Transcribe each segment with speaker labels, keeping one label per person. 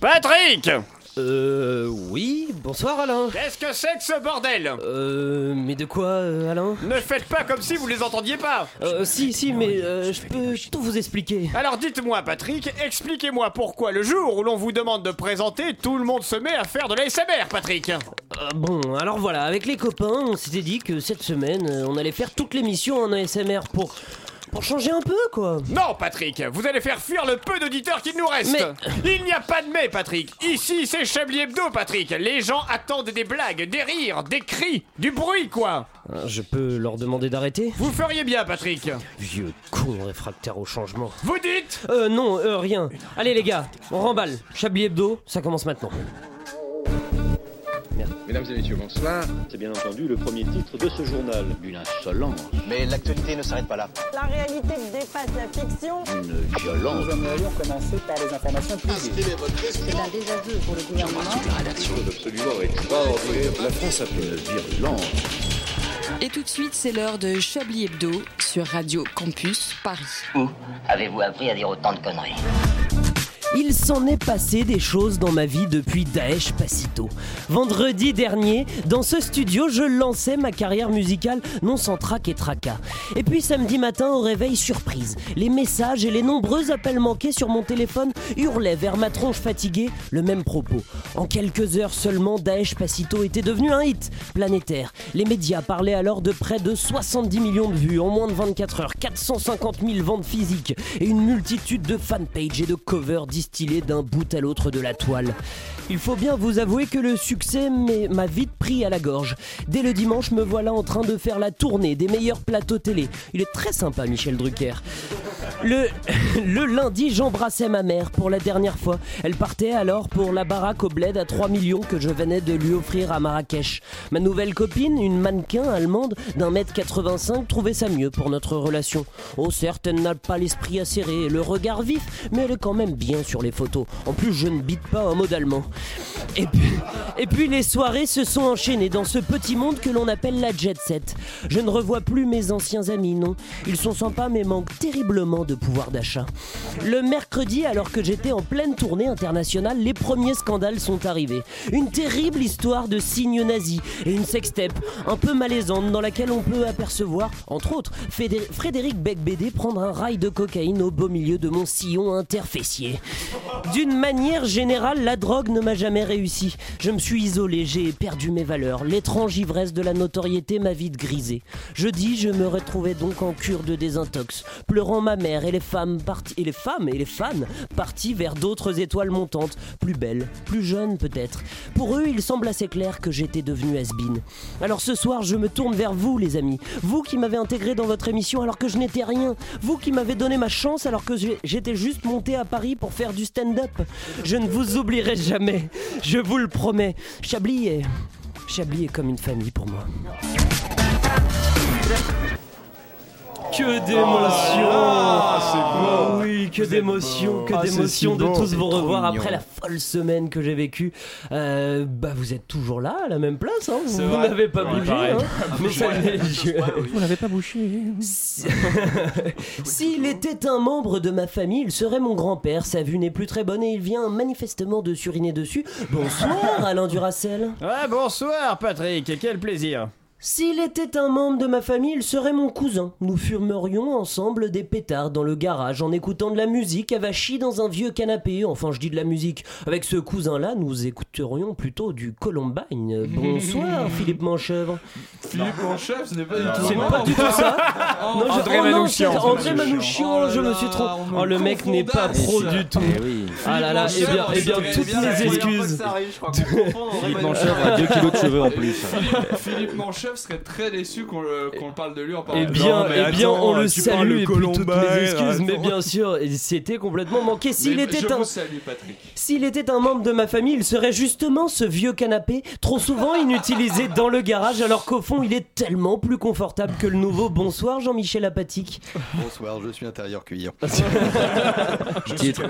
Speaker 1: Patrick
Speaker 2: Euh. Oui, bonsoir Alain.
Speaker 1: Qu'est-ce que c'est que ce bordel
Speaker 2: Euh. Mais de quoi, euh, Alain
Speaker 1: Ne faites pas comme si vous les entendiez pas
Speaker 2: Euh, si, si, mais euh, je peux tout vous expliquer.
Speaker 1: Alors dites-moi Patrick, expliquez-moi pourquoi le jour où l'on vous demande de présenter, tout le monde se met à faire de l'ASMR Patrick
Speaker 2: Euh, bon, alors voilà, avec les copains, on s'était dit que cette semaine, euh, on allait faire toute l'émission en ASMR pour. pour changer un peu, quoi.
Speaker 1: Non Patrick, vous allez faire fuir le peu d'auditeurs qu'il nous reste Il n'y a pas de mais Patrick Ici c'est Chablis Hebdo Patrick Les gens attendent des blagues, des rires, des cris, du bruit quoi
Speaker 2: Euh, Je peux leur demander d'arrêter
Speaker 1: Vous feriez bien Patrick
Speaker 2: Vieux con réfractaire au changement.
Speaker 1: Vous dites
Speaker 2: Euh, non, euh, rien. Allez, les gars, on remballe. Chablis Hebdo, ça commence maintenant.
Speaker 3: Mesdames et messieurs, bonsoir.
Speaker 4: C'est bien entendu le premier titre de ce journal. Une insolence,
Speaker 5: Mais l'actualité ne s'arrête pas là.
Speaker 6: La réalité dépasse la fiction.
Speaker 4: une violence.
Speaker 7: Nous aimerions commencer par les informations privées.
Speaker 6: C'est un désaveu pour le gouvernement.
Speaker 8: Et tout de suite, c'est l'heure de Chablis Hebdo sur Radio Campus Paris.
Speaker 5: Où avez-vous appris à dire autant de conneries
Speaker 2: Il s'en est passé des choses dans ma vie depuis Daesh Passito. Vendredi dernier, dans ce studio, je lançais ma carrière musicale non sans trac et tracas. Et puis samedi matin, au réveil surprise, les messages et les nombreux appels manqués sur mon téléphone hurlaient vers ma tronche fatiguée le même propos. En quelques heures seulement, Daesh Passito était devenu un hit planétaire. Les médias parlaient alors de près de 70 millions de vues en moins de 24 heures, 450 000 ventes physiques et une multitude de fanpages et de covers distillés d'un bout à l'autre de la toile. Il faut bien vous avouer que le succès m'est- m'a vite pris à la gorge. Dès le dimanche, me voilà en train de faire la tournée des meilleurs plateaux télé. Il est très sympa, Michel Drucker. Le, le lundi, j'embrassais ma mère pour la dernière fois. Elle partait alors pour la baraque au bled à 3 millions que je venais de lui offrir à Marrakech. Ma nouvelle copine, une mannequin allemande d'un mètre 85, trouvait ça mieux pour notre relation. Oh, certes, elle n'a pas l'esprit acéré et le regard vif, mais elle est quand même bien sur les photos. En plus, je ne bite pas un mot d'allemand. Et puis, et puis les soirées se sont enchaînées dans ce petit monde que l'on appelle la jet set. Je ne revois plus mes anciens amis, non. Ils sont sympas mais manquent terriblement de pouvoir d'achat. Le mercredi, alors que j'étais en pleine tournée internationale, les premiers scandales sont arrivés. Une terrible histoire de signes nazis et une sextape un peu malaisante dans laquelle on peut apercevoir, entre autres, Fédé- Frédéric Becbédé prendre un rail de cocaïne au beau milieu de mon sillon interfessier. D'une manière générale, la drogue ne m'a jamais réussi. Je me suis isolé, j'ai perdu mes valeurs. L'étrange ivresse de la notoriété m'a vite grisé. Jeudi, je me retrouvais donc en cure de désintox, pleurant ma mère et les femmes parti- et les femmes et les fans partis vers d'autres étoiles montantes, plus belles, plus jeunes peut-être. Pour eux, il semble assez clair que j'étais devenu has-been. Alors ce soir, je me tourne vers vous, les amis. Vous qui m'avez intégré dans votre émission alors que je n'étais rien. Vous qui m'avez donné ma chance alors que j'ai- j'étais juste monté à Paris pour faire du stand-up. Je ne vous oublierai jamais. Je vous le promets. Chablis est... Chablis est comme une famille pour moi. Que d'émotion Ah Oui, que d'émotion, que d'émotion de tous vous revoir après la folle semaine que j'ai vécue. Euh, bah vous êtes toujours là, à la même place, hein. vous, vous n'avez pas bougé. hein. Mais ça, Vous n'avez pas bougé. S'il était un membre de ma famille, il serait mon grand-père. Sa vue n'est plus très bonne et il vient manifestement de suriner dessus. Bonsoir Alain Duracel.
Speaker 1: Ah bonsoir Patrick, quel plaisir
Speaker 2: S'il était un membre de ma famille, il serait mon cousin. Nous fumerions ensemble des pétards dans le garage en écoutant de la musique avachie dans un vieux canapé. Enfin, je dis de la musique. Avec ce cousin-là, nous écouterions plutôt du Columbine. Bonsoir, Philippe Manchevre.
Speaker 9: Philippe Manchef, ce n'est pas du tout.
Speaker 2: C'est pas du tout ça. Non, je-
Speaker 1: André
Speaker 2: oh non,
Speaker 1: Manouchian.
Speaker 2: c'est André
Speaker 9: Manouchian.
Speaker 2: Manouchian,
Speaker 9: Oh
Speaker 2: je
Speaker 9: là
Speaker 2: me suis
Speaker 9: là,
Speaker 2: trop.
Speaker 9: on me Eh
Speaker 2: Oh, le mec n'est pas
Speaker 9: confondasse.
Speaker 2: pro du tout. Ah là là, eh bien, eh bien, toutes mes excuses.
Speaker 9: Philippe Manchef a 2 kilos de cheveux en plus. Philippe Manchef serait très déçu qu'on le, qu'on le parle de lui en parlant.
Speaker 2: Eh
Speaker 9: de
Speaker 2: bien,
Speaker 9: lui.
Speaker 2: eh bien on le
Speaker 10: tu parles
Speaker 2: salue
Speaker 10: de
Speaker 2: et puis toutes mes
Speaker 10: Columbine,
Speaker 2: excuses, mais
Speaker 10: attends.
Speaker 2: bien sûr, et c'était complètement manqué. S'il
Speaker 9: Mais
Speaker 2: était
Speaker 9: je
Speaker 2: un,
Speaker 9: vous salue, Patrick.
Speaker 2: s'il était un membre de ma famille, il serait justement ce vieux canapé, trop souvent inutilisé dans le garage, alors qu'au fond, il est tellement plus confortable que le nouveau. Bonsoir, Jean-Michel Apatique.
Speaker 3: Bonsoir, je suis intérieur cuir.
Speaker 2: Titre.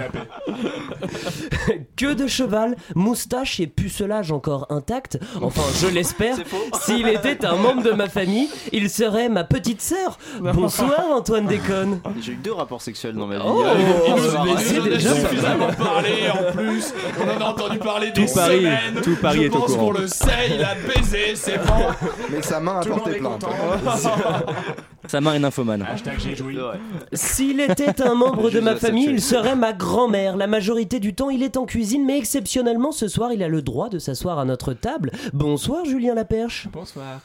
Speaker 2: Queue de cheval, moustache et pucelage encore intacts. Enfin, je l'espère. S'il était un membre de ma famille, il serait ma petite sœur. Bonsoir, Antoine Déconne.
Speaker 3: J'ai eu deux rapports sexuels dans ma vie.
Speaker 2: Oh,
Speaker 3: Euh,
Speaker 2: on se
Speaker 3: bonsoir.
Speaker 2: baissait
Speaker 9: Il en a
Speaker 2: déjà.
Speaker 9: suffisamment parlé en plus. On en a entendu parler des
Speaker 10: Paris-
Speaker 9: semaines.
Speaker 10: tout Paris
Speaker 9: Je
Speaker 10: est au
Speaker 9: pense
Speaker 10: courant.
Speaker 9: qu'on le sait, il a baisé, c'est bon.
Speaker 3: Mais sa main a
Speaker 9: Tout le monde
Speaker 3: porté
Speaker 9: est
Speaker 3: plainte.
Speaker 9: content.
Speaker 10: Sa main est nymphomane.
Speaker 9: Hashtag j'ai joui.
Speaker 2: S'il était un membre de
Speaker 3: Juste
Speaker 2: ma
Speaker 3: la
Speaker 2: famille, il
Speaker 3: sexuelle.
Speaker 2: serait ma grand-mère. La majorité du temps, il est en cuisine, mais exceptionnellement, ce soir, il a le droit de s'asseoir à notre table. Bonsoir, Julien Laperche.
Speaker 9: Bonsoir.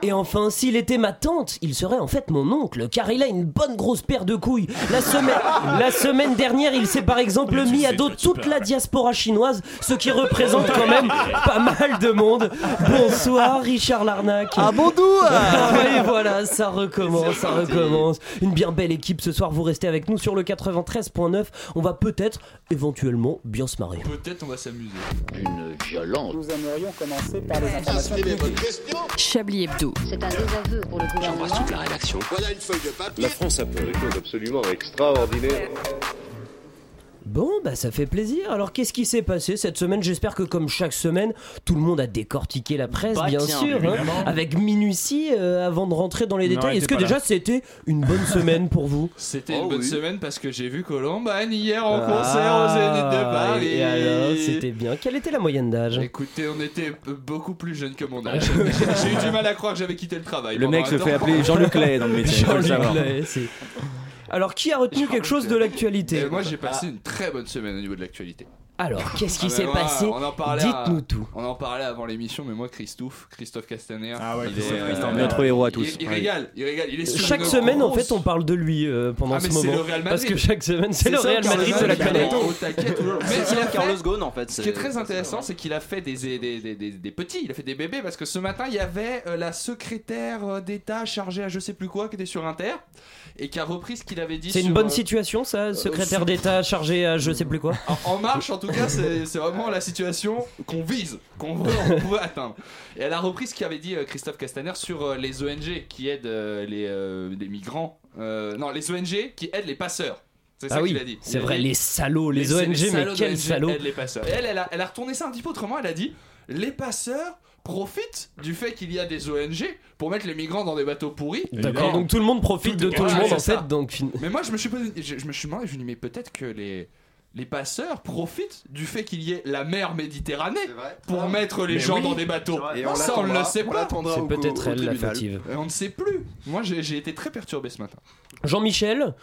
Speaker 2: Et enfin, s'il était ma tante, il serait en fait mon oncle, car il a une bonne grosse paire de couilles. La semaine, la semaine dernière, il s'est par exemple mis à dos toute la diaspora chinoise, ce qui représente quand même pas mal de monde. Bonsoir, Richard Larnac.
Speaker 10: Ah bon doux
Speaker 2: Ah oui, voilà, ça recommence, ça recommence. Une bien belle équipe ce soir, vous restez avec nous sur le 93.9. On va peut-être, éventuellement, bien se marrer.
Speaker 9: Peut-être on va s'amuser.
Speaker 4: D'une violence.
Speaker 7: Nous aimerions commencer par les informations privées.
Speaker 8: Chablis Hebdo.
Speaker 6: C'est un désaveu pour le gouvernement.
Speaker 2: Bon, bah ça fait plaisir. Alors qu'est-ce qui s'est passé cette semaine J'espère que comme chaque semaine, tout le monde a décortiqué la presse,
Speaker 10: Bah,
Speaker 2: bien
Speaker 10: tiens,
Speaker 2: sûr, hein, avec minutie euh, avant de rentrer dans les
Speaker 10: Non,
Speaker 2: détails.
Speaker 10: elle
Speaker 2: Est-ce que
Speaker 10: était pas
Speaker 2: déjà c'était une bonne semaine pour vous
Speaker 9: C'était
Speaker 3: Oh
Speaker 9: une bonne
Speaker 3: oui.
Speaker 9: semaine parce que j'ai vu Colomban hier en
Speaker 10: Ah,
Speaker 9: concert au Zénith de Paris.
Speaker 2: Et alors, c'était bien. Quelle était la moyenne d'âge
Speaker 9: Écoutez, on était b- beaucoup plus jeunes que mon âge. J'ai eu du mal à croire que j'avais quitté le travail.
Speaker 10: Le mec
Speaker 9: pendant
Speaker 10: se
Speaker 9: un
Speaker 10: fait
Speaker 9: temps.
Speaker 10: appeler Jean-Luc Lay dans le métier. faut le savoir.
Speaker 2: Lay, c'est- Alors, qui a retenu quelque chose de l'actualité
Speaker 9: Et Eh, moi j'ai passé une très bonne semaine au niveau de l'actualité.
Speaker 2: Alors, qu'est-ce qui
Speaker 9: Ah,
Speaker 2: s'est
Speaker 9: bah,
Speaker 2: passé
Speaker 9: on en parlait à-
Speaker 2: Dites-nous tout.
Speaker 9: On en parlait avant l'émission, mais moi Christophe, Christophe Castaner,
Speaker 10: Ah ouais,
Speaker 9: il
Speaker 10: Christophe
Speaker 9: est, euh,
Speaker 10: Castaner. Notre héros à tous.
Speaker 9: hein. Il, il
Speaker 10: Ouais.
Speaker 9: régale, il régale, il est sur
Speaker 2: Chaque
Speaker 9: une
Speaker 2: semaine, en
Speaker 9: grosse-
Speaker 2: fait, on parle de lui euh, pendant
Speaker 9: Ah,
Speaker 2: ce
Speaker 9: mais c'est
Speaker 2: moment.
Speaker 9: le Real Madrid.
Speaker 2: Parce que chaque semaine, c'est le
Speaker 9: ça,
Speaker 2: Real Madrid de la
Speaker 9: Carlos
Speaker 2: planète.
Speaker 9: Ghosn, au taquet, tout le long. Mais
Speaker 3: C'est
Speaker 9: il a
Speaker 3: bien
Speaker 9: fait-
Speaker 3: Carlos Ghosn en fait.
Speaker 9: Ce qui est très intéressant, c'est qu'il a fait des, des, des- des- des petits, il a fait des bébés, parce que ce matin, il y avait euh, la secrétaire euh, d'État chargée à je sais plus quoi, qui était sur Inter, et qui a repris ce qu'il avait dit.
Speaker 2: C'est une
Speaker 9: sur,
Speaker 2: bonne
Speaker 9: euh,
Speaker 2: situation, ça, secrétaire d'État chargé à je sais plus quoi.
Speaker 9: En, en marche, en tout cas, c'est c'est vraiment la situation qu'on vise, qu'on veut, on veut atteindre. Et elle a repris ce qu'avait dit euh, Christophe Castaner sur euh, les ONG qui aident euh, les, euh, les migrants. Euh, non, les ONG qui aident les passeurs. C'est ça qu'il a dit. Il
Speaker 2: Bah Ah c'est
Speaker 9: a
Speaker 2: vrai,
Speaker 9: dit,
Speaker 2: les salauds, les
Speaker 9: c'est
Speaker 2: ONG, mais
Speaker 9: salauds
Speaker 2: quels
Speaker 9: d'ONG
Speaker 2: salauds
Speaker 9: aident les passeurs. Et elle, elle a, elle a retourné ça un petit peu autrement. Elle a dit les passeurs profitent du fait qu'il y a des ONG pour mettre les migrants dans des bateaux pourris.
Speaker 2: D'accord, donc tout le monde profite
Speaker 9: Tout
Speaker 2: de
Speaker 9: est-
Speaker 2: tout le
Speaker 9: voilà,
Speaker 2: monde en
Speaker 9: c'est ça.
Speaker 2: fait, donc fin-
Speaker 9: Mais moi, je me suis posé- je, je me suis demandé, je me dis, mais peut-être que les les passeurs profitent du fait qu'il y ait la mer Méditerranée
Speaker 3: Ah
Speaker 9: pour mettre les gens dans des bateaux.
Speaker 3: Et on
Speaker 9: ça, on ne
Speaker 3: l'attendra-
Speaker 9: le sait
Speaker 3: on
Speaker 9: pas.
Speaker 3: l'attendra
Speaker 2: c'est
Speaker 3: au-
Speaker 2: peut-être
Speaker 3: au
Speaker 2: elle la
Speaker 3: tribunal.
Speaker 2: fautive.
Speaker 9: Et On ne sait plus. Moi, j'ai j'ai été très perturbé ce matin.
Speaker 2: Jean-Michel,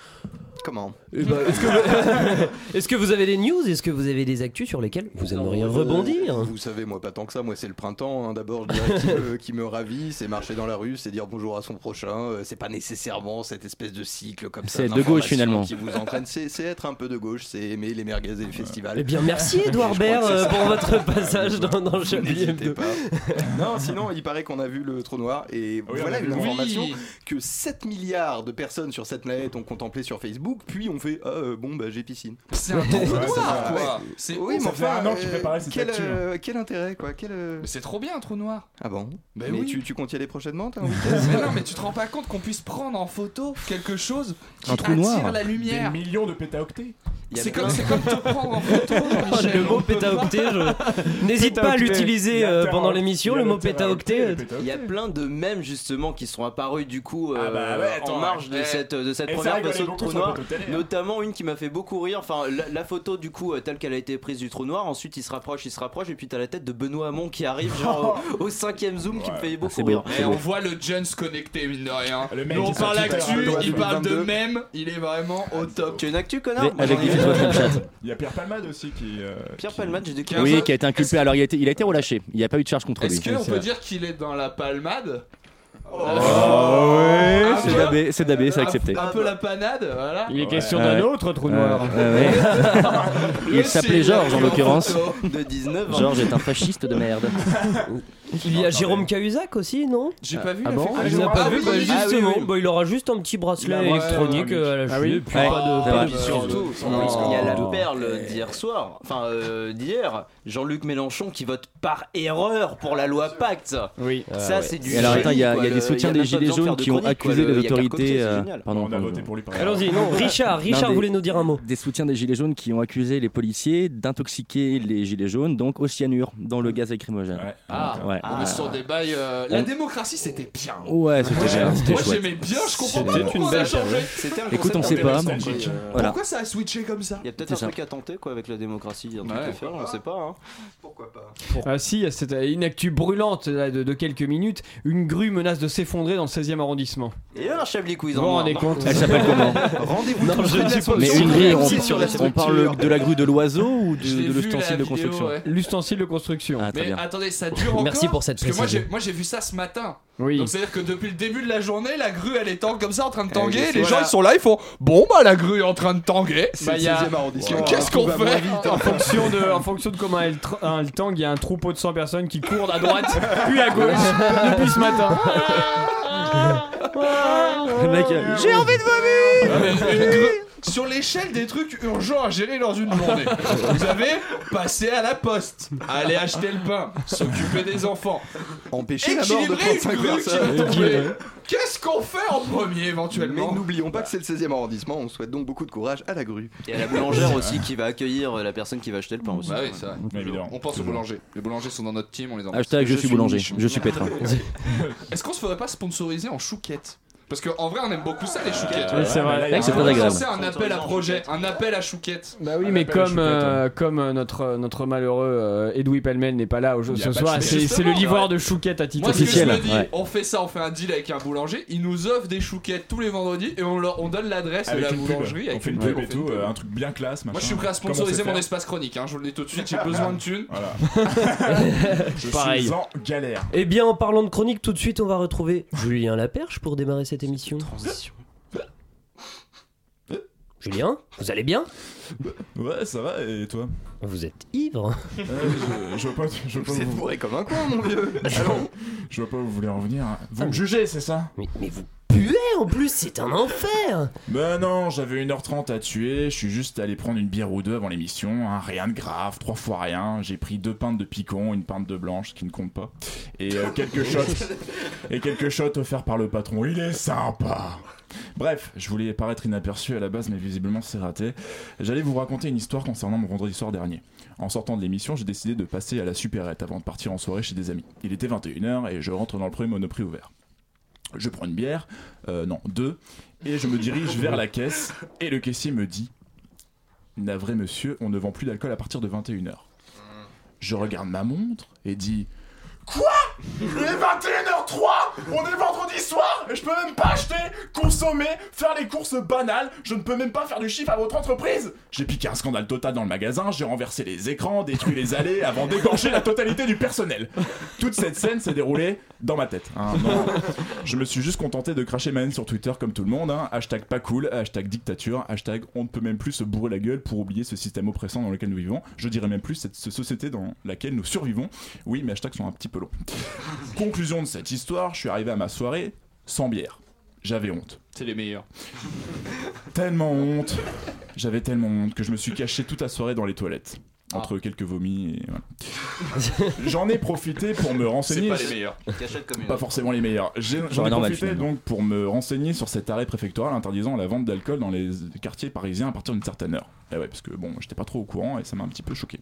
Speaker 3: Comment
Speaker 2: eh ben, est-ce que, vous... est-ce que vous avez des news Est-ce que vous avez des actus sur lesquelles vous aimeriez rebondir
Speaker 3: euh, Vous savez, moi, pas tant que ça. Moi, c'est le printemps. hein. D'abord, je dirais qui, me, qui me ravit, c'est marcher dans la rue, c'est dire bonjour à son prochain. euh, C'est pas nécessairement cette espèce de cycle comme ça.
Speaker 10: C'est de gauche,
Speaker 3: d'information
Speaker 10: finalement.
Speaker 3: Qui vous entraîne. C'est c'est être un peu de gauche, c'est aimer les merguez et les festivals.
Speaker 2: Eh bien, merci Edouard
Speaker 3: Je crois
Speaker 2: Baird
Speaker 3: que c'est
Speaker 2: euh,
Speaker 3: ça.
Speaker 2: pour votre passage dans, dans
Speaker 3: Vous
Speaker 2: Chablis
Speaker 3: n'hésitez
Speaker 2: Hebdo.
Speaker 3: pas. non, sinon, il paraît qu'on a vu le trou noir et voilà une information que 7 milliards de personnes sur cette planète ont contemplé sur Facebook, puis on fait ah, euh, bon bah j'ai piscine.
Speaker 9: C'est un trou
Speaker 3: Ouais, ça
Speaker 9: noir,
Speaker 3: fait-
Speaker 9: quoi. C'est
Speaker 3: Oui,
Speaker 9: ouf.
Speaker 3: mais enfin,
Speaker 10: un an qu'ils
Speaker 3: euh,
Speaker 10: préparaient cette
Speaker 3: quel,
Speaker 10: actu,
Speaker 3: euh, quel intérêt quoi, quel euh,
Speaker 9: Mais c'est trop bien un trou noir.
Speaker 3: Ah bon
Speaker 9: Ben
Speaker 3: Mais
Speaker 9: oui.
Speaker 3: tu, tu comptes y aller prochainement t'as un week-end
Speaker 9: mais non, mais tu te rends pas compte qu'on puisse prendre en photo quelque chose qui
Speaker 10: Un trou
Speaker 9: attire
Speaker 10: noir.
Speaker 9: la lumière.
Speaker 10: millions de pétaoctets.
Speaker 3: Il y a
Speaker 9: C'est
Speaker 3: plein-
Speaker 9: comme, c'est comme te prendre en photo.
Speaker 2: Oh,
Speaker 9: Michel.
Speaker 2: le mot
Speaker 9: On peut pas-
Speaker 2: pétaoctet, je... n'hésite pas à
Speaker 10: Pétaoctet.
Speaker 2: l'utiliser euh, pendant l'émission, le mot pétaoctet.
Speaker 3: Il y a plein de mèmes justement qui sont apparus du coup
Speaker 9: Ah bah
Speaker 3: euh, en marge de cette, de cette première photo de trou noir. Notamment une qui m'a fait beaucoup rire. Enfin, la, la photo du coup euh, telle qu'elle a été prise du trou noir. Ensuite, il se rapproche, il se rapproche, et puis t'as la tête de Benoît Hamon qui arrive genre au, au cinquième zoom qui me fait beaucoup
Speaker 10: Ah, c'est beau.
Speaker 3: rire.
Speaker 9: Et on voit le Jones connecté, mine de rien.
Speaker 10: Le mec
Speaker 9: Nous, on
Speaker 10: qui sort
Speaker 9: parle
Speaker 10: tout à l'heure,
Speaker 9: actu,
Speaker 3: doigt
Speaker 9: il
Speaker 3: de
Speaker 9: parle de
Speaker 3: 22.
Speaker 9: même, il est vraiment au top.
Speaker 3: Tu es une actu connard Moi,
Speaker 10: Avec
Speaker 3: j'en ai
Speaker 10: des
Speaker 3: une.
Speaker 10: filtres Snapchat.
Speaker 11: Il y a Pierre Palmade aussi qui. euh,
Speaker 3: Pierre
Speaker 11: qui-
Speaker 3: Palmade, j'ai découvert.
Speaker 10: Oui, qui a été inculpé. Alors, il a été, il a été relâché. Il n'y a pas eu de charge contre lui.
Speaker 9: Est-ce qu'on peut dire Ah, qu'il est dans la palmade
Speaker 3: Oh.
Speaker 10: Oh,
Speaker 9: Un
Speaker 10: c'est
Speaker 9: peu-
Speaker 10: d'abé, c'est d'abé, c'est
Speaker 9: un-
Speaker 10: accepté.
Speaker 9: Un peu la panade, voilà.
Speaker 1: Il est question
Speaker 10: Ouais.
Speaker 1: d'un autre trou
Speaker 10: Euh,
Speaker 1: noir.
Speaker 10: ouais, ouais.
Speaker 9: Le
Speaker 10: s'appelait
Speaker 9: Célia
Speaker 10: Georges, en
Speaker 9: qui est
Speaker 10: l'occurrence.
Speaker 9: Euh, photo. hein.
Speaker 3: de 19
Speaker 10: Georges est un fasciste de merde.
Speaker 2: Il y a Jérôme Cahuzac aussi, non
Speaker 9: J'ai pas vu, il
Speaker 2: Ah
Speaker 9: a
Speaker 2: bon
Speaker 9: fait quoi,
Speaker 2: Il n'a
Speaker 9: Jérôme
Speaker 2: pas
Speaker 9: Ah
Speaker 2: vu,
Speaker 9: oui,
Speaker 2: bah,
Speaker 9: oui, oui,
Speaker 2: justement.
Speaker 9: oui, oui.
Speaker 2: Bah, il aura juste un petit bracelet
Speaker 9: Il a un bracelet
Speaker 2: électronique
Speaker 9: électronique.
Speaker 2: euh, à la
Speaker 9: Ah oui
Speaker 2: cheville, puis
Speaker 9: Ouais.
Speaker 2: pas de-
Speaker 9: C'est
Speaker 2: pas
Speaker 9: vrai.
Speaker 2: de-
Speaker 9: Puis
Speaker 3: Surtout,
Speaker 9: Non.
Speaker 3: en
Speaker 2: Oh.
Speaker 3: plus, il y a la
Speaker 9: Non.
Speaker 3: perle d'hier soir, enfin euh, d'hier, Jean-Luc Mélenchon qui vote par erreur pour la loi Pacte.
Speaker 1: Oui.
Speaker 3: Ça, c'est du.
Speaker 10: Et alors, attends, il y
Speaker 3: génie,
Speaker 10: a, il y a
Speaker 3: quoi.
Speaker 10: des
Speaker 3: Le- il y
Speaker 10: soutiens
Speaker 3: a même
Speaker 10: des
Speaker 3: pas
Speaker 10: Gilets
Speaker 3: besoin de
Speaker 10: jaunes
Speaker 3: faire de
Speaker 10: qui ont
Speaker 3: chronique, quoi.
Speaker 10: accusé
Speaker 3: Le-
Speaker 10: les
Speaker 3: il y a Carcotti,
Speaker 10: autorités.
Speaker 3: c'est
Speaker 10: euh,
Speaker 3: génial.
Speaker 10: pardon, pardon.
Speaker 2: Allons-y, non, Richard, Richard
Speaker 10: des-
Speaker 2: voulait nous dire un mot.
Speaker 10: Des soutiens des Gilets jaunes qui ont accusé les policiers d'intoxiquer les Gilets jaunes, donc au cyanure, dans le gaz lacrymogène.
Speaker 9: Ah,
Speaker 10: Ouais.
Speaker 9: on est sur des bails.
Speaker 3: Ah.
Speaker 9: euh, La
Speaker 10: On-
Speaker 9: démocratie, c'était bien.
Speaker 10: Ouais, c'était
Speaker 9: Moi,
Speaker 10: bien,
Speaker 9: j'ai-
Speaker 10: c'était
Speaker 9: Moi,
Speaker 10: chouette.
Speaker 9: j'aimais bien, je comprends
Speaker 10: C'était
Speaker 9: pas
Speaker 10: une
Speaker 9: pourquoi on a
Speaker 10: belle
Speaker 9: changé.
Speaker 10: période. C'était un Écoute, on sait pas. nostalgique. Euh, voilà.
Speaker 9: Pourquoi ça a switché comme ça
Speaker 3: Il y a peut-être
Speaker 10: C'est
Speaker 3: un
Speaker 10: ça.
Speaker 3: truc à tenter quoi avec la démocratie, un truc
Speaker 9: Ouais.
Speaker 3: à faire, on sait pas. hein.
Speaker 1: Ah si, il y a cette- une actu brûlante là, de, de quelques minutes. Une grue menace de s'effondrer dans le 16e arrondissement.
Speaker 3: Et alors, Chablis Quiz
Speaker 1: Vous vous rendez compte
Speaker 10: Elle s'appelle comment
Speaker 9: Rendez-vous
Speaker 1: Non,
Speaker 9: tous
Speaker 1: je
Speaker 9: les
Speaker 1: ne
Speaker 9: deux
Speaker 1: sais pas.
Speaker 9: la
Speaker 10: Mais
Speaker 9: semaine
Speaker 10: une grue,
Speaker 9: prochaine sur la
Speaker 10: on, on
Speaker 9: structure.
Speaker 10: parle de la grue de l'oiseau ou
Speaker 9: Je
Speaker 10: de,
Speaker 9: l'ai
Speaker 10: de
Speaker 9: vu,
Speaker 10: l'ustensile
Speaker 9: la
Speaker 10: de
Speaker 9: vidéo,
Speaker 10: construction
Speaker 9: ouais.
Speaker 1: L'ustensile de construction.
Speaker 10: Ah, très
Speaker 9: Mais
Speaker 10: bien.
Speaker 9: attendez, ça dure encore
Speaker 2: Merci pour cette
Speaker 9: Parce que moi
Speaker 2: précision.
Speaker 9: j'ai, moi j'ai vu ça ce matin.
Speaker 1: Oui.
Speaker 9: Donc c'est-à-dire que depuis le début de la journée, la grue elle est tangue comme ça en
Speaker 1: Eh
Speaker 9: train de tanguer.
Speaker 11: Eh oui,
Speaker 9: les
Speaker 11: voilà.
Speaker 9: gens ils sont là, ils font Bon bah la grue est en train de tanguer.
Speaker 11: C'est
Speaker 9: Bah,
Speaker 11: le
Speaker 9: il y a-
Speaker 11: 16e arrondissement.
Speaker 9: Qu'est-ce qu'on
Speaker 11: Tout va moins
Speaker 9: fait
Speaker 11: vite.
Speaker 1: En fonction, de, en fonction de comment elle, tra- hein, elle tangue, il y a un troupeau de 100 personnes qui courent à droite, puis à gauche, depuis ce matin.
Speaker 11: Ah,
Speaker 10: Le mec, euh, j'ai envie
Speaker 9: Ah, mais une grue- Sur l'échelle des trucs urgents à gérer dans une journée, vous avez passé à la poste, aller acheter le pain, s'occuper des enfants,
Speaker 11: Empêcher la mort de
Speaker 9: équilibrer une
Speaker 11: 35
Speaker 9: grue qui
Speaker 11: personnes. hein.
Speaker 9: va tomber. Qu'est-ce qu'on fait en premier éventuellement
Speaker 11: Mais n'oublions pas que c'est le 16e arrondissement, on souhaite donc beaucoup de courage à la grue.
Speaker 3: Il y a la boulangère aussi qui va accueillir euh, la personne qui va acheter le pain aussi.
Speaker 9: Bah oui, c'est vrai. On pense aux boulangers. Les boulangers sont dans notre team, on les embrasse.
Speaker 10: Hashtag je, suis boulanger,
Speaker 11: niche.
Speaker 10: je suis pétrin.
Speaker 9: Est-ce qu'on se ferait pas sponsoriser en chouquette Parce qu'en vrai, on aime beaucoup ça, les chouquettes.
Speaker 1: Oui, c'est vrai.
Speaker 10: C'est très
Speaker 9: On
Speaker 10: agréable.
Speaker 9: lancer un appel à projet, un appel à chouquette.
Speaker 1: Bah oui, mais comme, euh, comme euh, notre, euh, notre malheureux euh, Edoui Pelmel n'est pas là aujourd'hui
Speaker 9: a
Speaker 1: ce
Speaker 9: pas de
Speaker 1: soir,
Speaker 9: chouquette.
Speaker 1: c'est c'est le
Speaker 9: Justement,
Speaker 1: livreur de chouquette à titre
Speaker 9: Moi, ce que je me
Speaker 10: Officiel,
Speaker 9: dis,
Speaker 10: ouais.
Speaker 9: on fait ça, on fait un deal avec un boulanger. Il nous offre des chouquettes tous les vendredis et on, leur, on donne l'adresse de
Speaker 11: Avec
Speaker 9: la
Speaker 11: une pub.
Speaker 9: boulangerie.
Speaker 11: On
Speaker 9: avec
Speaker 11: fait une
Speaker 9: une
Speaker 11: pub
Speaker 9: on
Speaker 11: et
Speaker 9: fait une
Speaker 11: tout,
Speaker 9: pub.
Speaker 11: euh, un truc bien classe.
Speaker 9: Moi,
Speaker 11: machin.
Speaker 9: je suis prêt à
Speaker 11: Comment on sait
Speaker 9: sponsoriser mon
Speaker 11: faire
Speaker 9: espace chronique. hein, je vous le dis tout de suite, j'ai besoin de thunes.
Speaker 11: Voilà, je
Speaker 1: Pareil.
Speaker 11: suis en galère.
Speaker 2: Eh bien, en parlant de chronique, tout de suite, on va retrouver Julien Laperche pour démarrer cette émission. Julien, vous allez bien
Speaker 11: Ouais, ça va, et toi
Speaker 2: Vous êtes ivre
Speaker 11: Euh, je, je vois pas, je vois pas où, Ah
Speaker 3: bourré comme un con, mon vieux.
Speaker 11: je vois pas où vous voulez en venir. Vous me jugez, c'est ça
Speaker 2: Ah mais, mais vous puez en plus, c'est un enfer
Speaker 11: Ben non, j'avais 1h30 à tuer, je suis juste allé prendre une bière ou deux avant l'émission, hein, rien de grave, trois fois rien, j'ai pris deux pintes de picon, une pinte de blanche, ce qui ne compte pas, et euh, quelques shots, et quelques shots offerts par le patron, il est sympa Bref, je voulais paraître inaperçu à la base, mais visiblement c'est raté. J'allais vous raconter une histoire concernant mon vendredi soir dernier. En sortant de l'émission, j'ai décidé de passer à la supérette avant de partir en soirée chez des amis. Il était 21h et je rentre dans le premier monoprix ouvert. Je prends une bière, euh, non, deux, et je me dirige vers la caisse et le caissier me dit Navré monsieur, on ne vend plus d'alcool à partir de 21h. Je regarde ma montre et dis Quoi Il est 21h03 On est vendredi soir et je peux même pas acheter, consommer, faire les courses banales, je ne peux même pas faire du chiffre à votre entreprise J'ai piqué un scandale total dans le magasin, j'ai renversé les écrans, détruit les allées avant d'égorger la totalité du personnel. Toute cette scène s'est déroulée dans ma tête. hein, dans- je me suis juste contenté de cracher ma haine sur Twitter comme tout le monde. hein. Hashtag pas cool, hashtag dictature, hashtag on ne peut même plus se bourrer la gueule pour oublier ce système oppressant dans lequel nous vivons. Je dirais même plus cette cette société dans laquelle nous survivons. Oui, mes hashtags sont un petit peu longs. Conclusion de cette histoire, je suis arrivé à ma soirée sans bière. J'avais honte.
Speaker 9: C'est les meilleurs.
Speaker 11: Tellement honte. J'avais tellement honte que je me suis caché toute la soirée dans les toilettes. Entre quelques vomis et voilà. J'en ai profité pour me
Speaker 9: C'est
Speaker 11: renseigner
Speaker 9: pas les meilleurs.
Speaker 3: Cachette comme une.
Speaker 11: pas forcément les meilleurs. J'ai- J'en ai,
Speaker 10: Ouais, normal,
Speaker 11: profité
Speaker 10: finalement.
Speaker 11: donc pour me renseigner sur cet arrêt préfectoral interdisant la vente d'alcool dans les quartiers parisiens à partir d'une certaine heure. Eh ouais, parce que bon, j'étais pas trop au courant et ça m'a un petit peu choqué.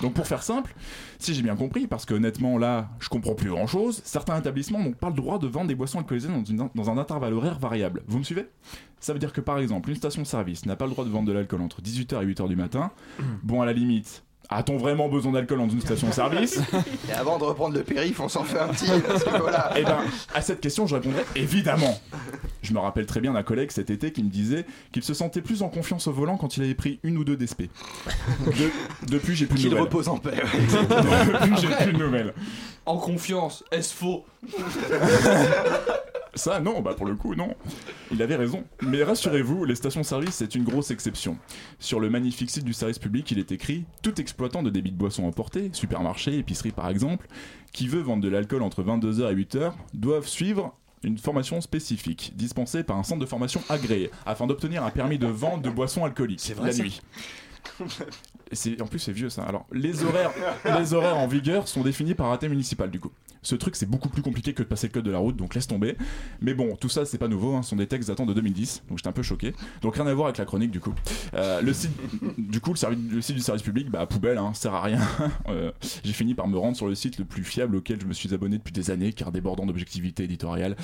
Speaker 11: Donc pour faire simple, si j'ai bien compris, parce que honnêtement là, je comprends plus grand chose, certains établissements n'ont pas le droit de vendre des boissons alcoolisées dans, une- dans un intervalle horaire variable. Vous me suivez Ça veut dire que par exemple, une station-service n'a pas le droit de vendre de l'alcool entre 18h et 8h du matin. Bon, à la limite, a-t-on vraiment besoin d'alcool dans une station-service
Speaker 12: Et avant de reprendre le périph', on s'en fait un petit. Parce que voilà.
Speaker 11: Eh ben, à cette question, je répondrais évidemment. Je me rappelle très bien d'un collègue cet été qui me disait qu'il se sentait plus en confiance au volant quand il avait pris une ou deux DSP. De- depuis, j'ai plus de
Speaker 12: Qu'il
Speaker 11: nouvelles.
Speaker 12: repose en paix.
Speaker 11: Depuis, j'ai plus de nouvelles.
Speaker 9: En confiance, est-ce faux
Speaker 11: Ça, non, bah pour le coup, non. Il avait raison. Mais rassurez-vous, les stations-service, c'est une grosse exception. Sur le magnifique site du service public, il est écrit Tout exploitant de débit de boissons emportées, supermarché, épicerie par exemple, qui veut vendre de l'alcool entre 22h et 8h, doivent suivre une formation spécifique dispensée par un centre de formation agréé afin d'obtenir un permis de vente de boissons alcooliques
Speaker 9: vrai,
Speaker 11: la
Speaker 9: ça
Speaker 11: nuit. C'est- En plus, c'est vieux ça. Alors, les horaires, les horaires en vigueur sont définis par arrêté municipal du coup. Ce truc, c'est beaucoup plus compliqué que de passer le code de la route, donc laisse tomber. Mais bon, tout ça, c'est pas nouveau. hein, Ce sont des textes datant de 2010, donc j'étais un peu choqué. Donc rien à voir avec la chronique du coup. Euh, le site, du coup, le, servi- le site du service public, bah poubelle, hein, sert à rien. Euh, J'ai fini par me rendre sur le site le plus fiable auquel je me suis abonné depuis des années, car débordant d'objectivité éditoriale.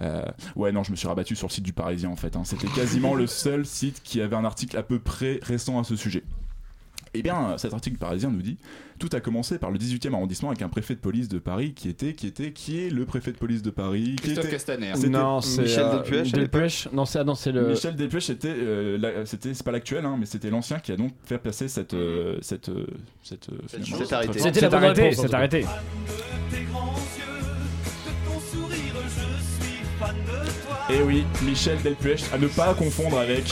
Speaker 11: Euh, ouais, non, je me suis rabattu sur le site du Parisien en fait. hein. C'était quasiment le seul site qui avait un article à peu près récent à ce sujet. Eh bien, cet article parisien nous dit Tout a commencé par le 18e arrondissement avec un préfet de police de Paris qui était, qui était, qui est le préfet de police de Paris qui
Speaker 9: Christophe
Speaker 11: était-
Speaker 9: Castaner.
Speaker 11: C'était-
Speaker 13: Non, c'est euh, Delpuech. Non, c'est ah, non, c'est le.
Speaker 11: Michel Delpech était, euh, la- c'était c'est pas l'actuel, hein, mais c'était l'ancien qui a donc fait passer cette, euh, cette, euh, cette, euh, finalement,
Speaker 13: chose.
Speaker 11: cette
Speaker 13: Cet arrêté.
Speaker 11: réforme.
Speaker 13: C'était la
Speaker 11: Cet
Speaker 13: bonne
Speaker 11: arrêté,
Speaker 13: réponse, en
Speaker 11: cet
Speaker 13: tout cas.
Speaker 11: arrêté. Et Eh oui, Michel Delpech, à ne pas confondre avec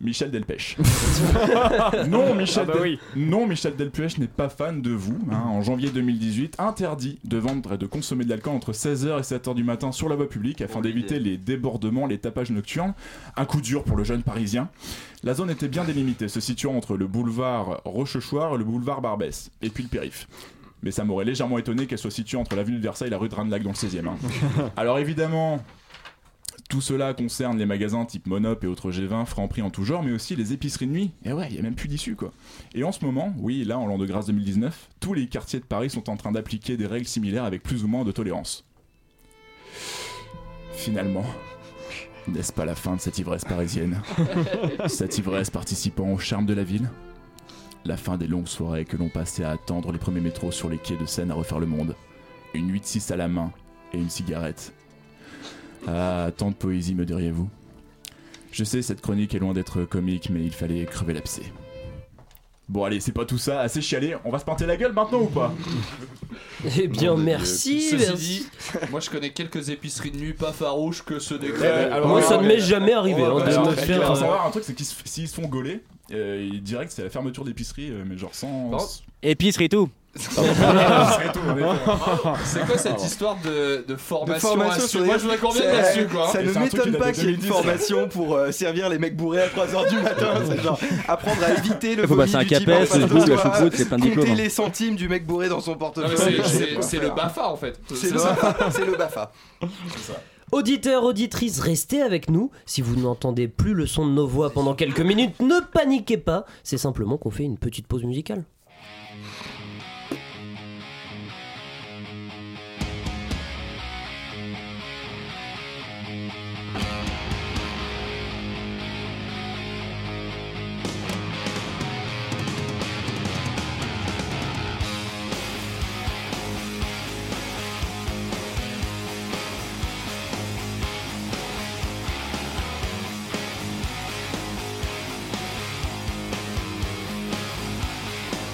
Speaker 11: Michel Delpech. non, Michel
Speaker 13: Ah bah
Speaker 11: Del-
Speaker 13: oui.
Speaker 11: non, Michel Delpech n'est pas fan de vous. hein. En janvier 2018, interdit de vendre et de consommer de l'alcool entre 16h et 7h du matin sur la voie publique afin d'éviter les débordements, les tapages nocturnes. Un coup dur pour le jeune Parisien. La zone était bien délimitée, se situant entre le boulevard Rochechouart et le boulevard Barbès, et puis le périph'. Mais ça m'aurait légèrement étonné qu'elle soit située entre l'avenue de Versailles et la rue de Ranelagh dans le 16e. hein. Alors évidemment, tout cela concerne les magasins type Monop et autres G20, Franprix en tout genre, mais aussi les épiceries de nuit. Et ouais, il y a même plus d'issue quoi. Et en ce moment, oui, là en l'an de grâce 2019, tous les quartiers de Paris sont en train d'appliquer des règles similaires avec plus ou moins de tolérance. Finalement, n'est-ce pas la fin de cette ivresse parisienne Cette ivresse participant au charme de la ville La fin des longues soirées que l'on passait à attendre les premiers métros sur les quais de Seine à refaire le monde. Une 8-6 à la main et une cigarette. Ah, tant de poésie, me diriez-vous. Je sais, cette chronique est loin d'être comique, mais il fallait crever l'abcès. Bon, allez, c'est pas tout ça, assez chialé, on va se pinter la gueule maintenant ou pas
Speaker 2: Eh bien,
Speaker 9: Mon Dieu.
Speaker 2: merci,
Speaker 9: euh, Ceci
Speaker 2: merci.
Speaker 9: dit, moi je connais quelques épiceries de nuit pas farouches que ce décret.
Speaker 2: Ouais, Euh, alors, Moi, ça ne m'est jamais arrivé, hein, de
Speaker 11: Alors,
Speaker 2: me
Speaker 11: il faut
Speaker 2: faire, euh,
Speaker 11: savoir un truc, c'est qu'ils se- s'ils se font gauler, euh, ils direct c'est la fermeture d'épicerie, euh, mais genre sans.
Speaker 9: Pardon
Speaker 10: Épicerie tout.
Speaker 2: Ah,
Speaker 11: Épicerie tout, on est d'accord.
Speaker 9: C'est quoi cette histoire de, de formation,
Speaker 11: formation sur
Speaker 9: à suivre
Speaker 11: les-
Speaker 9: Moi je voudrais qu'on
Speaker 12: Euh,
Speaker 9: revienne
Speaker 11: C'est-
Speaker 9: là-dessus quoi.
Speaker 11: ça
Speaker 9: Et
Speaker 11: ne
Speaker 9: c'est un truc qui
Speaker 11: m'étonne
Speaker 9: date
Speaker 11: pas
Speaker 9: de
Speaker 11: qu'il y ait une
Speaker 9: 2010,
Speaker 12: formation pour euh, servir les mecs bourrés à 3h du matin. C'est genre apprendre à éviter le
Speaker 10: Faut
Speaker 12: vomi
Speaker 10: passer un
Speaker 12: du
Speaker 10: capes,
Speaker 12: dimanche
Speaker 10: le
Speaker 12: soir,
Speaker 10: boule, la choucroute, c'est plein de
Speaker 12: compter
Speaker 10: diplômes. hein.
Speaker 12: les centimes du mec bourré dans son
Speaker 9: Non, mais
Speaker 12: portefeuille.
Speaker 9: c'est-
Speaker 12: Je sais
Speaker 9: c'est-
Speaker 12: pas
Speaker 9: C'est le
Speaker 12: faire.
Speaker 9: BAFA en fait.
Speaker 12: C'est le BAFA. C'est le BAFA.
Speaker 2: Auditeurs, auditrices, restez avec nous. Si vous n'entendez plus le son de nos voix pendant quelques minutes, ne paniquez pas. C'est simplement qu'on fait une petite pause musicale.
Speaker 14: Thank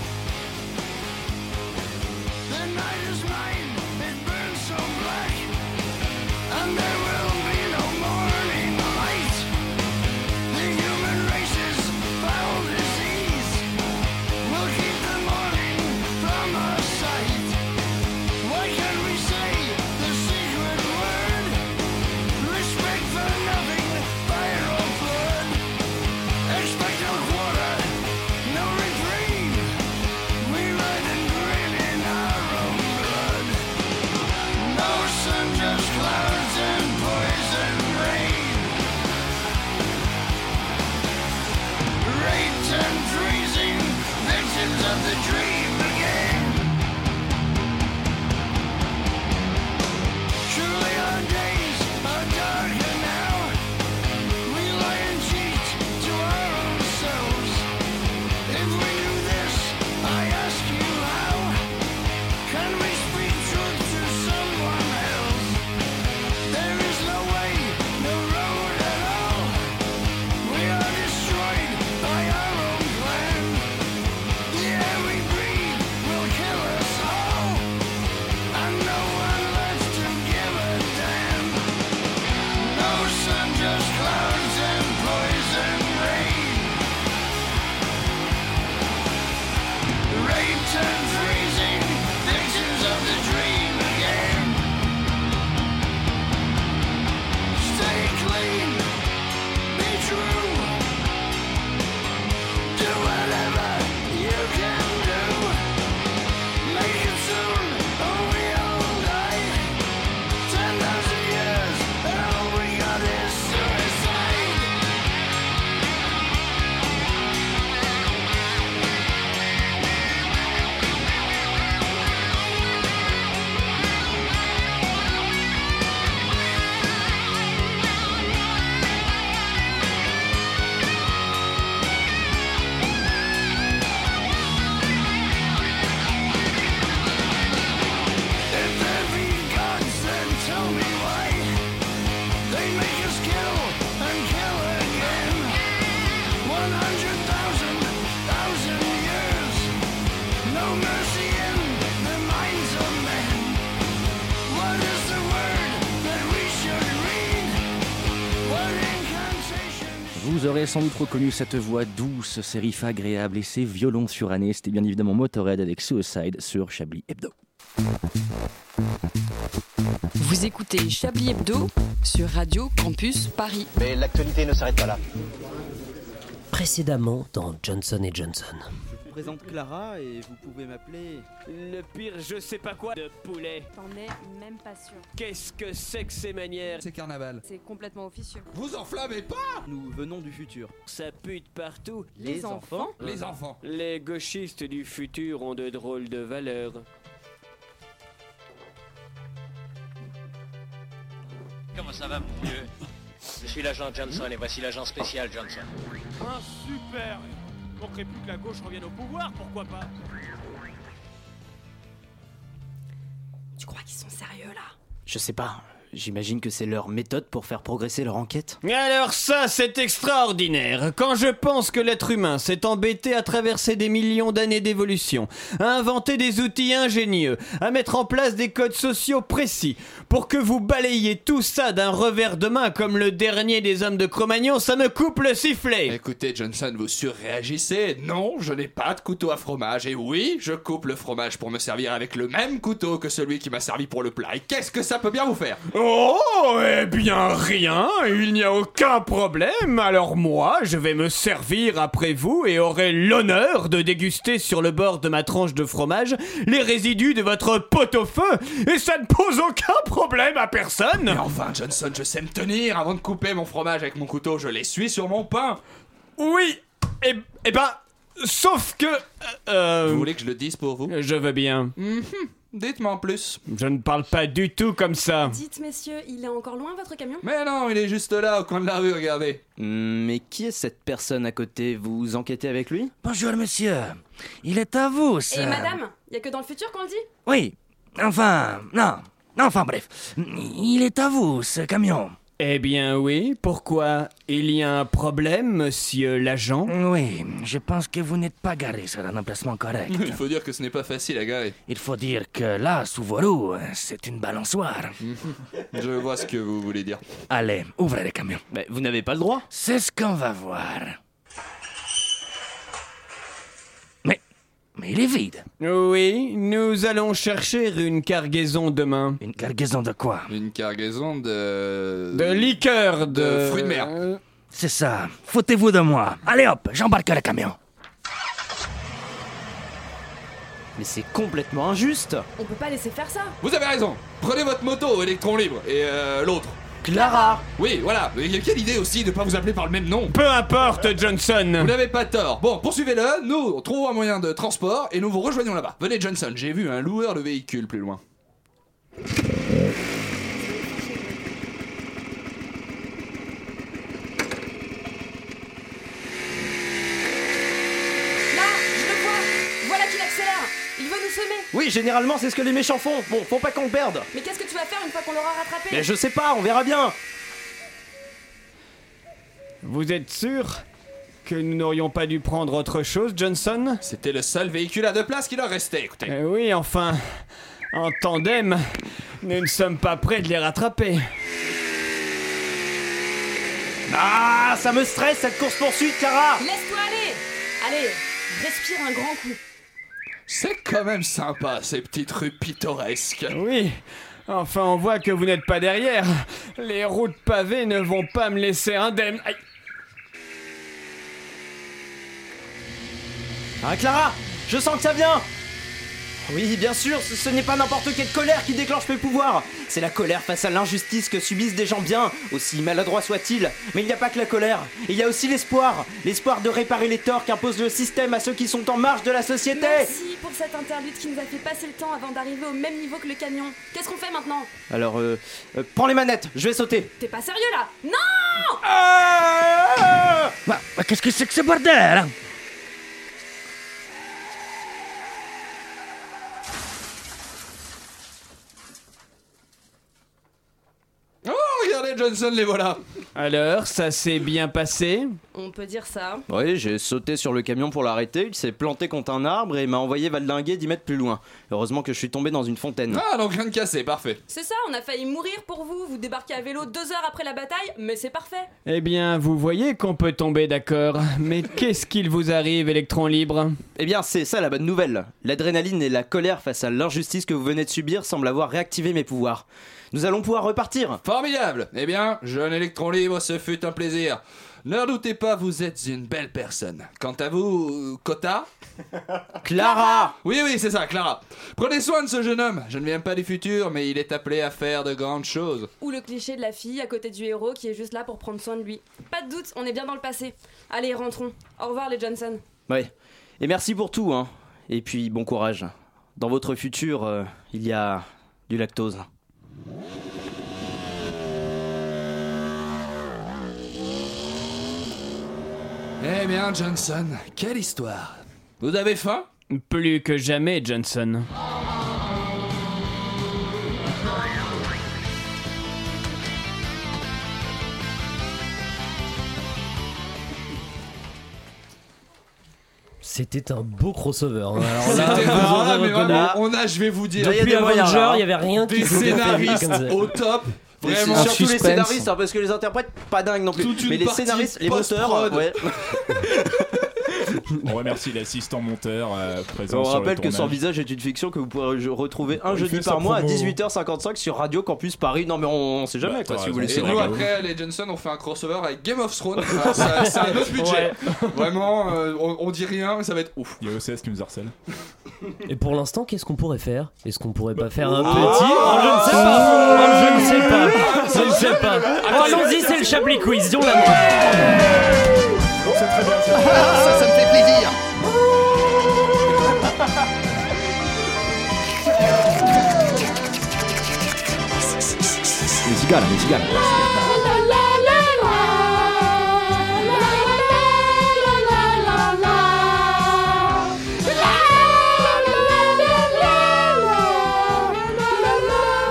Speaker 10: Vous aurez sans doute reconnu cette voix douce, ces riffs agréables et ces violons surannés. C'était bien évidemment Motorhead avec Suicide sur Chablis Hebdo.
Speaker 8: Vous écoutez Chablis Hebdo sur Radio Campus Paris.
Speaker 5: Mais l'actualité ne s'arrête pas là.
Speaker 2: Précédemment dans Johnson et Johnson.
Speaker 3: vous présente Clara et vous pouvez m'appeler.
Speaker 14: Le pire, je sais pas quoi de poulet.
Speaker 15: T'en es même pas sûr.
Speaker 14: Qu'est-ce que c'est que ces manières
Speaker 3: C'est carnaval.
Speaker 15: C'est complètement officieux.
Speaker 14: Vous enflammez pas
Speaker 3: Nous venons du futur.
Speaker 14: Ça pute partout.
Speaker 15: Les Les enfants enfants
Speaker 3: Les enfants.
Speaker 14: Les gauchistes du futur ont de drôles de valeurs.
Speaker 5: Comment ça va, mon vieux Je suis l'agent Johnson et voici l'agent spécial Johnson.
Speaker 1: Un super Il manquerait plus que la gauche revienne au pouvoir, pourquoi pas
Speaker 15: Tu crois qu'ils sont sérieux là
Speaker 3: Je sais pas. J'imagine que c'est leur méthode pour faire progresser leur enquête.
Speaker 14: Alors ça, c'est extraordinaire. Quand je pense que l'être humain s'est embêté à traverser des millions d'années d'évolution, à inventer des outils ingénieux, à mettre en place des codes sociaux précis, pour que vous balayiez tout ça d'un revers de main comme le dernier des hommes de Cro-Magnon, ça me coupe le sifflet.
Speaker 9: Écoutez, Johnson, vous surréagissez. Non, je n'ai pas de couteau à fromage. Et oui, je coupe le fromage pour me servir avec le même couteau que celui qui m'a servi pour le plat. Et qu'est-ce que ça peut bien vous faire
Speaker 1: Oh, eh bien rien, il n'y a aucun problème. Alors moi, je vais me servir après vous et aurai l'honneur de déguster sur le bord de ma tranche de fromage les résidus de votre pot-au-feu et ça ne pose aucun problème à personne.
Speaker 9: Mais enfin, Johnson, je sais me tenir. Avant de couper mon fromage avec mon couteau, je l'essuie sur mon pain.
Speaker 1: Oui,
Speaker 14: Eh,
Speaker 1: et, et ben, sauf que... euh,
Speaker 9: Vous voulez que je le dise pour vous
Speaker 1: Je veux bien.
Speaker 9: Mhm. Dites-moi en plus.
Speaker 1: Je ne parle pas du tout comme ça.
Speaker 15: Dites messieurs, il est encore loin votre camion
Speaker 9: Mais non, il est juste là, au coin de la rue, regardez.
Speaker 3: Hmm, Mais qui est cette personne à côté Vous enquêtez avec lui
Speaker 10: Bonjour monsieur, il est à vous
Speaker 15: Et madame, y a que dans le futur qu'on le dit
Speaker 10: Oui, enfin, non, enfin bref, il est à vous ce camion.
Speaker 14: Eh bien oui, pourquoi Il y a un problème, monsieur l'agent
Speaker 10: Oui, je pense que vous n'êtes pas garé sur un emplacement correct.
Speaker 9: Il faut dire que ce n'est pas facile à garer.
Speaker 10: Il faut dire que là, sous vos roues, c'est une balançoire.
Speaker 9: Je vois ce que vous voulez dire.
Speaker 10: Allez, ouvrez les camions.
Speaker 3: Mais vous n'avez pas le droit.
Speaker 10: C'est ce qu'on va voir. Mais, mais il est vide.
Speaker 14: Oui, nous allons chercher une cargaison demain.
Speaker 10: Une cargaison de quoi
Speaker 9: Une cargaison de.
Speaker 14: De liqueur de...
Speaker 9: De fruits de mer.
Speaker 10: C'est ça. Foutez-vous de moi. Allez hop, j'embarque le camion.
Speaker 3: Mais c'est complètement injuste.
Speaker 15: On peut pas laisser faire ça
Speaker 9: Vous avez raison. Prenez votre moto, électron libre, et euh, l'autre.
Speaker 3: Clara
Speaker 9: Oui, voilà. Mais quelle idée aussi de ne pas vous appeler par le même nom.
Speaker 1: Peu importe, Johnson.
Speaker 9: Vous n'avez pas tort. Bon, poursuivez-le. Nous trouvons un moyen de transport et nous vous rejoignons là-bas. Venez, Johnson. J'ai vu un loueur de véhicule plus loin.
Speaker 15: Là, je le vois Voilà qu'il accélère Il veut nous semer
Speaker 3: Oui, généralement, c'est ce que les méchants font. Bon, faut pas qu'on le perde.
Speaker 15: Mais qu'est-ce que tu vas faire une fois qu'on l'aura rattrapé
Speaker 3: Mais je sais pas, on verra bien.
Speaker 1: Vous êtes sûr que nous n'aurions pas dû prendre autre chose, Johnson
Speaker 9: C'était le seul véhicule à deux places qui leur restait. Écoutez.
Speaker 1: Eh oui, enfin, en tandem, nous ne sommes pas prêts de les rattraper.
Speaker 3: Ah, ça me stresse cette course-poursuite, Clara
Speaker 15: Laisse-toi aller Allez, respire un grand coup.
Speaker 9: C'est quand même sympa, ces petites rues pittoresques.
Speaker 1: Oui, enfin, on voit que vous n'êtes pas derrière. Les routes pavées ne vont pas me laisser indemne. Aïe.
Speaker 3: Hein, Clara Je sens que ça vient Oui, bien sûr, ce, ce n'est pas n'importe quelle colère qui déclenche mes pouvoirs C'est la colère face à l'injustice que subissent des gens bien, aussi maladroits soient-ils. Mais il n'y a pas que la colère, il y a aussi l'espoir L'espoir de réparer les torts qu'impose le système à ceux qui sont en marge de la société
Speaker 15: Merci pour cette interlude qui nous a fait passer le temps avant d'arriver au même niveau que le camion. Qu'est-ce qu'on fait maintenant
Speaker 3: Alors, euh, euh, prends les manettes, je vais sauter
Speaker 15: T'es pas sérieux là Non
Speaker 10: Bah, bah, qu'est-ce que c'est que ce bordel hein
Speaker 9: Oh, regardez, Johnson, les voilà.
Speaker 1: Alors, ça s'est bien passé
Speaker 15: On peut dire ça.
Speaker 3: Oui, j'ai sauté sur le camion pour l'arrêter. Il s'est planté contre un arbre et m'a envoyé valdinguer 10 mètres plus loin. Heureusement que je suis tombé dans une fontaine.
Speaker 9: Ah, donc rien de cassé, parfait.
Speaker 15: C'est ça, on a failli mourir pour vous. Vous débarquez à vélo deux heures après la bataille, mais c'est parfait.
Speaker 1: Eh bien, vous voyez qu'on peut tomber d'accord. Mais qu'est-ce qu'il vous arrive, électron libre
Speaker 3: Eh bien, c'est ça la bonne nouvelle. L'adrénaline et la colère face à l'injustice que vous venez de subir semblent avoir réactivé mes pouvoirs. Nous allons pouvoir repartir.
Speaker 9: Formidable Eh bien, jeune électron libre, ce fut un plaisir. Ne doutez pas, vous êtes une belle personne. Quant à vous, Kota
Speaker 3: Clara
Speaker 9: Oui, oui, c'est ça, Clara. Prenez soin de ce jeune homme. Je ne viens pas du futur, mais il est appelé à faire de grandes choses.
Speaker 15: Ou le cliché de la fille à côté du héros qui est juste là pour prendre soin de lui. Pas de doute, on est bien dans le passé. Allez, rentrons. Au revoir, les Johnson.
Speaker 3: Ouais. Et merci pour tout, hein. Et puis, bon courage. Dans votre futur, euh, il y a du lactose.
Speaker 9: Eh bien, Johnson, quelle histoire Vous avez faim
Speaker 1: Plus que jamais, Johnson.
Speaker 2: C'était un beau crossover. hein. Alors là,
Speaker 9: C'était
Speaker 2: vous aurez
Speaker 9: rare, mais
Speaker 2: reconnu.
Speaker 9: vraiment, on a, je vais vous dire,
Speaker 2: Depuis
Speaker 9: Depuis
Speaker 2: Avenger,
Speaker 9: Avengers,
Speaker 2: il n'y avait rien qui
Speaker 9: hein. des
Speaker 2: pouvait faire mieux
Speaker 9: scénaristes
Speaker 2: comme ça.
Speaker 9: au top. Vraiment,
Speaker 3: Vraiment, surtout les scénaristes, hein, parce que les interprètes, pas dingue non plus.
Speaker 9: Toute une
Speaker 3: mais les
Speaker 9: partie
Speaker 3: scénaristes, les auteurs,
Speaker 9: post-prod.
Speaker 3: ouais.
Speaker 11: On remercie l'assistant monteur euh, présent
Speaker 3: On
Speaker 11: sur le
Speaker 3: rappelle que
Speaker 11: tournage.
Speaker 3: Sans Visage est une fiction que vous pourrez re- retrouver un
Speaker 11: Il
Speaker 3: jeudi
Speaker 11: fait sa
Speaker 3: par mois à
Speaker 11: promo.
Speaker 3: 18h55 sur Radio Campus Paris. Non, mais on, on sait jamais
Speaker 11: Bah,
Speaker 3: quoi,
Speaker 11: t'as
Speaker 3: si vous
Speaker 11: raison.
Speaker 3: voulez.
Speaker 9: Et
Speaker 3: c'est
Speaker 9: nous,
Speaker 3: vrai.
Speaker 9: après, les Johnson ont fait un crossover avec Game of Thrones. Ah, ça- C'est un autre budget. Vraiment, euh, on, on dit rien, mais ça va être ouf.
Speaker 11: Il y a OCS qui nous harcèle.
Speaker 2: Et pour l'instant, qu'est-ce qu'on pourrait faire Est-ce qu'on pourrait pas faire un
Speaker 11: Oh
Speaker 2: petit Bah, Oh, Je ne sais pas Oh, Je ne sais pas Je ne sais pas
Speaker 9: Attends,
Speaker 2: Allons-y,
Speaker 9: il-
Speaker 2: c'est le Chablis Quiz, on la
Speaker 9: Ça, ça me fait plaisir.
Speaker 10: Les cigales, les cigales.